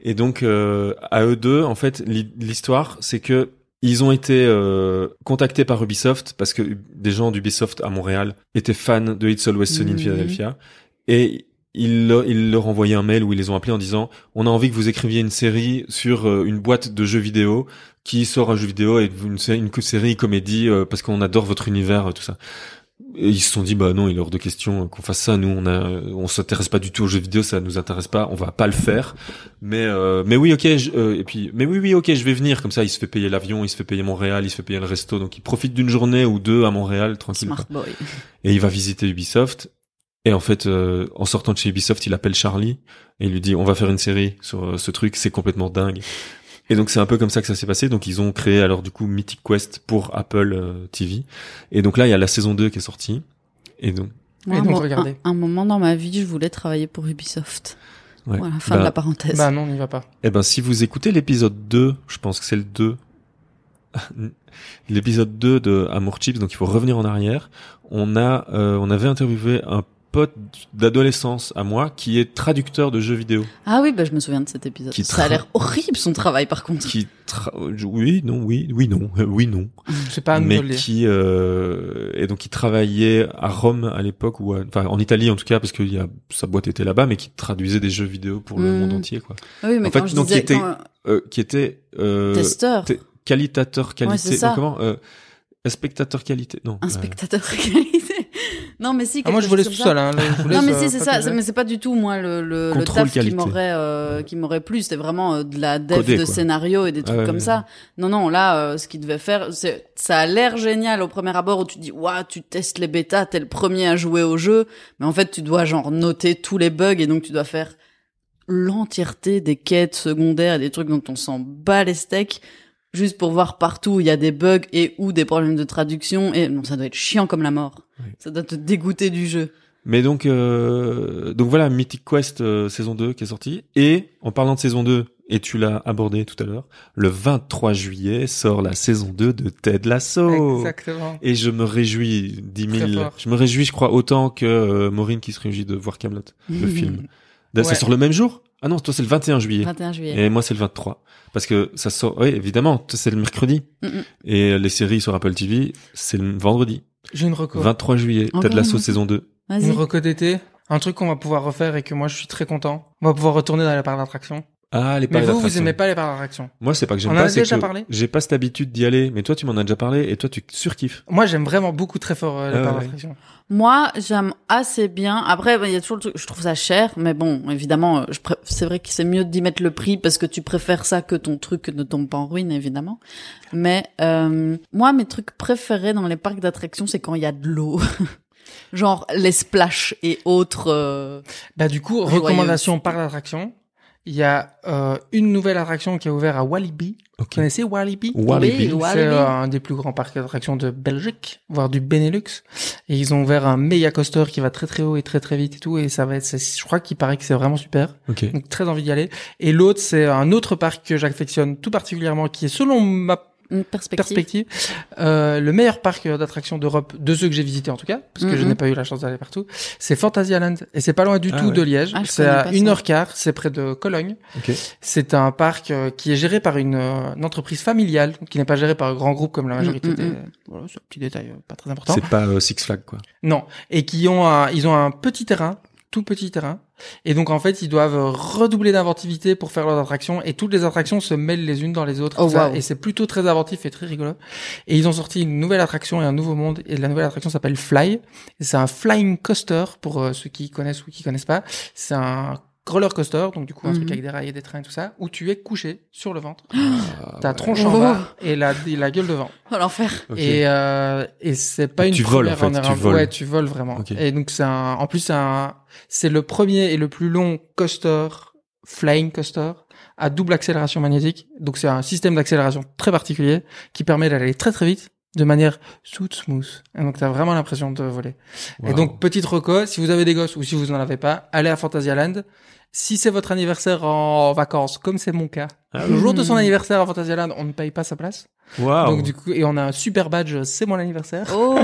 Speaker 2: Et donc euh, à eux deux, en fait, l'hi- l'histoire, c'est que ils ont été euh, contactés par Ubisoft parce que des gens d'Ubisoft à Montréal étaient fans de It's Always Sunny in
Speaker 1: Mhm.
Speaker 2: Philadelphia et ils, le- ils leur envoyaient un mail où ils les ont appelés en disant on a envie que vous écriviez une série sur euh, une boîte de jeux vidéo qui sort un jeu vidéo et une, sé- une co- série comédie euh, parce qu'on adore votre univers euh, tout ça. Et ils se sont dit bah non, il est hors de question euh, qu'on fasse ça. Nous on a, euh, on s'intéresse pas du tout aux jeux vidéo, ça nous intéresse pas, on va pas le faire. Mais euh, mais oui ok je- euh, et puis mais oui oui ok je vais venir comme ça. Il se fait payer l'avion, il se fait payer Montréal, il se fait payer le resto, donc il profite d'une journée ou deux à Montréal tranquille. quoi.
Speaker 1: Smart boy.
Speaker 2: Et il va visiter Ubisoft. Et en fait, euh, en sortant de chez Ubisoft, il appelle Charlie et il lui dit on va faire une série sur euh, ce truc, c'est complètement dingue. Et donc c'est un peu comme ça que ça s'est passé. Donc ils ont créé alors du coup Mythic Quest pour Apple euh, TV. Et donc là, il y a la saison 2 qui est sortie. Et donc
Speaker 1: Moi,
Speaker 3: Et
Speaker 1: un,
Speaker 3: donc,
Speaker 1: mo-
Speaker 3: regardez.
Speaker 1: un- un moment dans ma vie, je voulais travailler pour Ubisoft.
Speaker 2: ouais.
Speaker 1: Voilà, fin de
Speaker 2: Bah,
Speaker 1: la parenthèse.
Speaker 3: Bah non, on n'y va pas.
Speaker 2: Eh ben, si vous écoutez l'épisode 2, je pense que c'est le 2. l'épisode 2 de Amour Chips, donc il faut revenir en arrière. On a, euh, on avait interviewé un pote d'adolescence à moi qui est traducteur de jeux vidéo.
Speaker 1: Ah oui, bah je me souviens de cet épisode.
Speaker 2: Qui
Speaker 1: Ça a
Speaker 2: tra-
Speaker 1: l'air horrible son travail par contre.
Speaker 2: Qui, tra- oui, non, oui, oui, non, euh, oui, non.
Speaker 3: C'est pas à nous de
Speaker 2: mais
Speaker 3: le dire.
Speaker 2: qui euh, et donc qui travaillait à Rome à l'époque ou à- enfin en Italie en tout cas parce que il y a, sa boîte était là-bas, mais qui traduisait des jeux vidéo pour le
Speaker 1: Mm.
Speaker 2: monde entier quoi.
Speaker 1: Ah Oui, mais
Speaker 2: En fait,
Speaker 1: quand je
Speaker 2: donc,
Speaker 1: disais
Speaker 2: il était-
Speaker 1: quand-
Speaker 2: Euh, qui était euh,
Speaker 1: testeur,
Speaker 2: T- qualitateur qualité.
Speaker 1: Ouais, c'est ça.
Speaker 2: non, comment euh, Spectateur qualité. Non. euh,
Speaker 1: un spectateur qualité. Non mais si.
Speaker 3: Ah, moi,
Speaker 1: quelque
Speaker 3: je vous laisse
Speaker 1: chose
Speaker 3: tout
Speaker 1: comme ça.
Speaker 3: seul. Hein. Là, je vous
Speaker 1: Non
Speaker 3: laisse,
Speaker 1: mais
Speaker 3: euh,
Speaker 1: si c'est
Speaker 3: pas
Speaker 1: ça,
Speaker 3: tout seul.
Speaker 1: mais c'est pas du tout moi le, le, le
Speaker 2: Contrôle
Speaker 1: taf qui
Speaker 2: qualité.
Speaker 1: m'aurait euh, qui m'aurait plu, c'était vraiment euh, de la dev
Speaker 2: Codé,
Speaker 1: de
Speaker 2: quoi.
Speaker 1: scénario et des trucs
Speaker 2: ouais,
Speaker 1: comme
Speaker 2: ouais.
Speaker 1: ça. Non non, là euh, ce qu'il devait faire, c'est ça a l'air génial au premier abord où tu te dis waouh, tu testes les bêtas, t'es le premier à jouer au jeu, mais en fait tu dois genre noter tous les bugs et donc tu dois faire l'entièreté des quêtes secondaires et des trucs dont on s'en bat les steaks juste pour voir partout où il y a des bugs et ou des problèmes de traduction et non ça doit être chiant comme la mort.
Speaker 2: Oui.
Speaker 1: Ça doit te dégoûter du jeu.
Speaker 2: Mais donc, euh, donc voilà, Mythic Quest euh, saison 2 qui est sortie. Et en parlant de saison 2, et tu l'as abordé tout à l'heure, le 23 juillet sort la saison 2 de Ted Lasso.
Speaker 3: Exactement.
Speaker 2: Et je me réjouis, 10
Speaker 3: Très
Speaker 2: 000.
Speaker 3: fort.
Speaker 2: Je me réjouis, je crois, autant que euh, Maureen qui se réjouit de voir Camelot, le
Speaker 1: Mmh.
Speaker 2: film. D'ailleurs, Ça
Speaker 3: Ouais.
Speaker 2: sort le même jour Ah non, toi c'est le 21 juillet.
Speaker 1: 21 juillet.
Speaker 2: Et moi c'est le 23. Parce que ça sort, oui, évidemment, toi, c'est le mercredi.
Speaker 1: Mm-mm.
Speaker 2: Et les séries sur Apple TV, c'est le vendredi.
Speaker 3: J'ai une reco.
Speaker 2: 23 juillet,
Speaker 1: Encore
Speaker 2: Ted Lasso
Speaker 1: une
Speaker 2: saison 2.
Speaker 1: Vas-y.
Speaker 3: Une reco d'été. Un truc qu'on va pouvoir refaire et que moi je suis très content. On va pouvoir retourner dans les parcs d'attraction.
Speaker 2: Ah, les
Speaker 3: Mais
Speaker 2: parcs
Speaker 3: vous, vous
Speaker 2: d'attractions.
Speaker 3: aimez pas les parcs d'attraction.
Speaker 2: Moi, c'est pas que j'aime
Speaker 3: On en
Speaker 2: pas,
Speaker 3: a
Speaker 2: c'est
Speaker 3: déjà
Speaker 2: que
Speaker 3: parlé
Speaker 2: j'ai pas cette habitude d'y aller. Mais toi, tu m'en as déjà parlé et toi, tu surkiffes.
Speaker 3: Moi, j'aime vraiment beaucoup très fort euh, les
Speaker 2: Ah
Speaker 3: parcs
Speaker 2: ouais.
Speaker 3: d'attraction.
Speaker 1: Moi, j'aime assez bien. Après, ben, il y a toujours le truc, je trouve ça cher, mais bon, évidemment, euh, je pré- c'est vrai que c'est mieux d'y mettre le prix parce que tu préfères ça que ton truc ne tombe pas en ruine, évidemment. Mais euh, moi, mes trucs préférés dans les parcs d'attractions, c'est quand il y a de l'eau. Genre les splashes et autres... euh,
Speaker 3: Bah du coup,
Speaker 1: Joyeuse.
Speaker 3: recommandation par l'attraction. Il y a euh, une nouvelle attraction qui est ouverte à Walibi. Vous
Speaker 2: Ok.
Speaker 3: connaissez Walibi
Speaker 2: Walibi.
Speaker 1: Oui. Walibi.
Speaker 3: C'est euh, un des plus grands parcs d'attractions de Belgique, voire du Benelux. Et ils ont ouvert un méga coaster qui va très très haut et très très vite et tout. Et ça va être, c'est- je crois qu'il paraît que c'est vraiment super.
Speaker 2: Ok.
Speaker 3: Donc très envie d'y aller. Et l'autre, c'est un autre parc que j'affectionne tout particulièrement, qui est selon ma
Speaker 1: une perspective.
Speaker 3: perspective, euh, le meilleur parc euh, d'attractions d'Europe, de ceux que j'ai visités en tout cas, parce que je
Speaker 1: Mhm.
Speaker 3: n'ai pas eu la chance d'aller partout, c'est Fantasyland. Et c'est pas loin du
Speaker 2: Ah
Speaker 3: tout
Speaker 2: ouais.
Speaker 3: de Liège.
Speaker 1: Ah, je
Speaker 3: c'est
Speaker 1: connais
Speaker 3: à
Speaker 1: pas ça.
Speaker 3: 1h15, c'est près de Cologne.
Speaker 2: Ok.
Speaker 3: C'est un parc euh, qui est géré par une, euh, une entreprise familiale, qui n'est pas géré par un grand groupe comme la majorité
Speaker 1: Mhm.
Speaker 3: des... Voilà, c'est un petit détail euh, pas très important.
Speaker 2: C'est pas euh, Six Flags, quoi.
Speaker 3: Non, et qui ont un, ils ont un petit terrain, tout petit terrain, et donc en fait ils doivent redoubler d'inventivité pour faire leurs attractions, et toutes les attractions se mêlent les unes dans les autres,
Speaker 1: Oh,
Speaker 3: tout ça,
Speaker 1: wow.
Speaker 3: et c'est plutôt très inventif et très rigolo. Et ils ont sorti une nouvelle attraction et un nouveau monde, et la nouvelle attraction s'appelle Fly, et c'est un flying coaster pour euh, ceux qui connaissent ou qui connaissent pas. C'est un roller coaster, donc du coup un
Speaker 1: Mhm.
Speaker 3: truc avec des rails et des trains et tout ça, où tu es couché sur le ventre,
Speaker 2: Ah,
Speaker 3: ta
Speaker 2: ouais.
Speaker 3: tronche en
Speaker 1: Oh.
Speaker 3: bas et la, et la gueule devant.
Speaker 1: Oh, l'enfer.
Speaker 2: Ok.
Speaker 3: Et, euh, et c'est pas
Speaker 2: Donc
Speaker 3: une
Speaker 2: tu voles,
Speaker 3: première
Speaker 2: en fait,
Speaker 3: Europe.
Speaker 2: tu voles.
Speaker 3: Ouais, tu voles vraiment.
Speaker 2: Ok.
Speaker 3: Et donc c'est un, en plus c'est un, c'est le premier et le plus long coaster, flying coaster à double accélération magnétique. Donc c'est un système d'accélération très particulier qui permet d'aller très très vite de manière soute smooth. Et donc t'as vraiment l'impression de voler. Et
Speaker 2: Wow.
Speaker 3: donc petite reco, si vous avez des gosses ou si vous en avez pas, allez à Fantasyland. Si c'est votre anniversaire en vacances, comme c'est mon cas,
Speaker 2: Ah
Speaker 3: le
Speaker 2: oui.
Speaker 3: jour de son anniversaire à Fantasyland, on ne paye pas sa place.
Speaker 2: Waouh.
Speaker 3: Donc du coup, et on a un super badge, euh, c'est mon anniversaire.
Speaker 1: Oh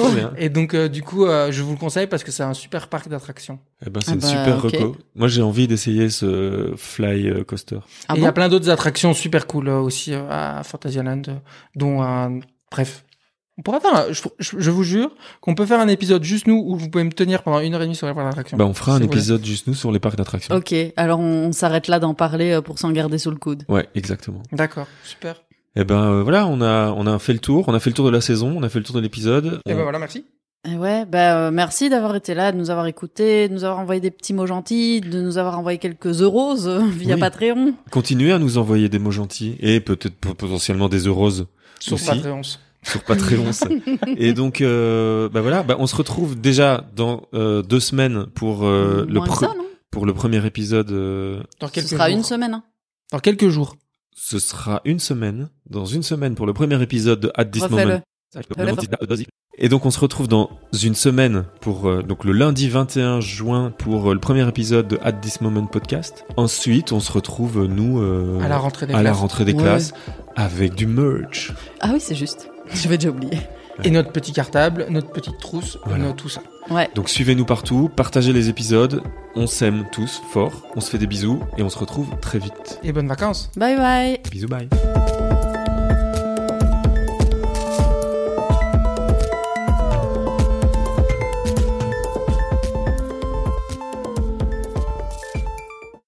Speaker 2: Trop bien.
Speaker 3: Et donc euh, du coup, euh, je vous le conseille parce que c'est un super parc d'attractions.
Speaker 2: Eh ben, c'est
Speaker 1: Ah
Speaker 2: une
Speaker 1: bah,
Speaker 2: super
Speaker 1: ok.
Speaker 2: reco. Moi, j'ai envie d'essayer ce Fly euh, Coaster.
Speaker 1: Ah
Speaker 3: et il y
Speaker 1: bon
Speaker 3: a plein d'autres attractions super cool euh, aussi euh, à Fantasyland, euh, dont un bref. On pourra faire, un- je, je- je vous jure, qu'on peut faire un épisode juste nous où vous pouvez me tenir pendant une heure et demie sur les parcs d'attractions.
Speaker 2: Bah, on fera
Speaker 3: Si
Speaker 2: un
Speaker 3: vous voulez.
Speaker 2: épisode juste nous sur les parcs d'attractions.
Speaker 1: Ok, alors on, on s'arrête là d'en parler euh, pour s'en garder sous le coude.
Speaker 2: Ouais, exactement.
Speaker 3: D'accord, super.
Speaker 2: Eh ben euh, voilà, on a on a fait le tour, on a fait le tour de la saison, on a fait le tour de l'épisode.
Speaker 3: Et
Speaker 2: On-
Speaker 3: ben voilà, merci.
Speaker 1: Et ouais, bah, euh, merci d'avoir été là, de nous avoir écoutés, de nous avoir envoyé des petits mots gentils, de nous avoir envoyé quelques euros euh, via
Speaker 2: Oui.
Speaker 1: Patreon.
Speaker 2: Continuez à nous envoyer des mots gentils et peut-être p- potentiellement des heureuses
Speaker 3: Sur
Speaker 2: Aussi.
Speaker 3: Patreon.
Speaker 2: sur Patreon. ça. et donc euh, bah voilà, bah on se retrouve déjà dans euh, deux semaines pour euh, le
Speaker 1: Moins que
Speaker 2: pre-
Speaker 1: ça, non
Speaker 2: pour le premier épisode. euh,
Speaker 3: Dans
Speaker 1: Ce
Speaker 3: quelques
Speaker 1: sera
Speaker 3: jours.
Speaker 1: une semaine. hein.
Speaker 3: Dans quelques jours.
Speaker 2: ce sera une semaine, dans une semaine pour le premier épisode de At This
Speaker 1: Refais-le.
Speaker 2: Moment. Et donc on se retrouve dans une semaine pour euh, donc le lundi 21 juin pour euh, le premier épisode de At This Moment podcast. Ensuite, on se retrouve euh, nous euh,
Speaker 3: À la rentrée des
Speaker 2: à la
Speaker 3: classes.
Speaker 2: rentrée des
Speaker 1: Ouais.
Speaker 2: classes avec du merch.
Speaker 1: Ah oui, c'est juste. J'avais déjà oublié.
Speaker 3: Et notre petit cartable, notre petite trousse,
Speaker 2: Voilà.
Speaker 3: notre- tout ça.
Speaker 1: Ouais.
Speaker 2: Donc suivez-nous partout, partagez les épisodes, on s'aime tous fort, on se fait des bisous et on se retrouve très vite.
Speaker 3: Et bonnes vacances.
Speaker 1: Bye bye.
Speaker 2: Bisous bye.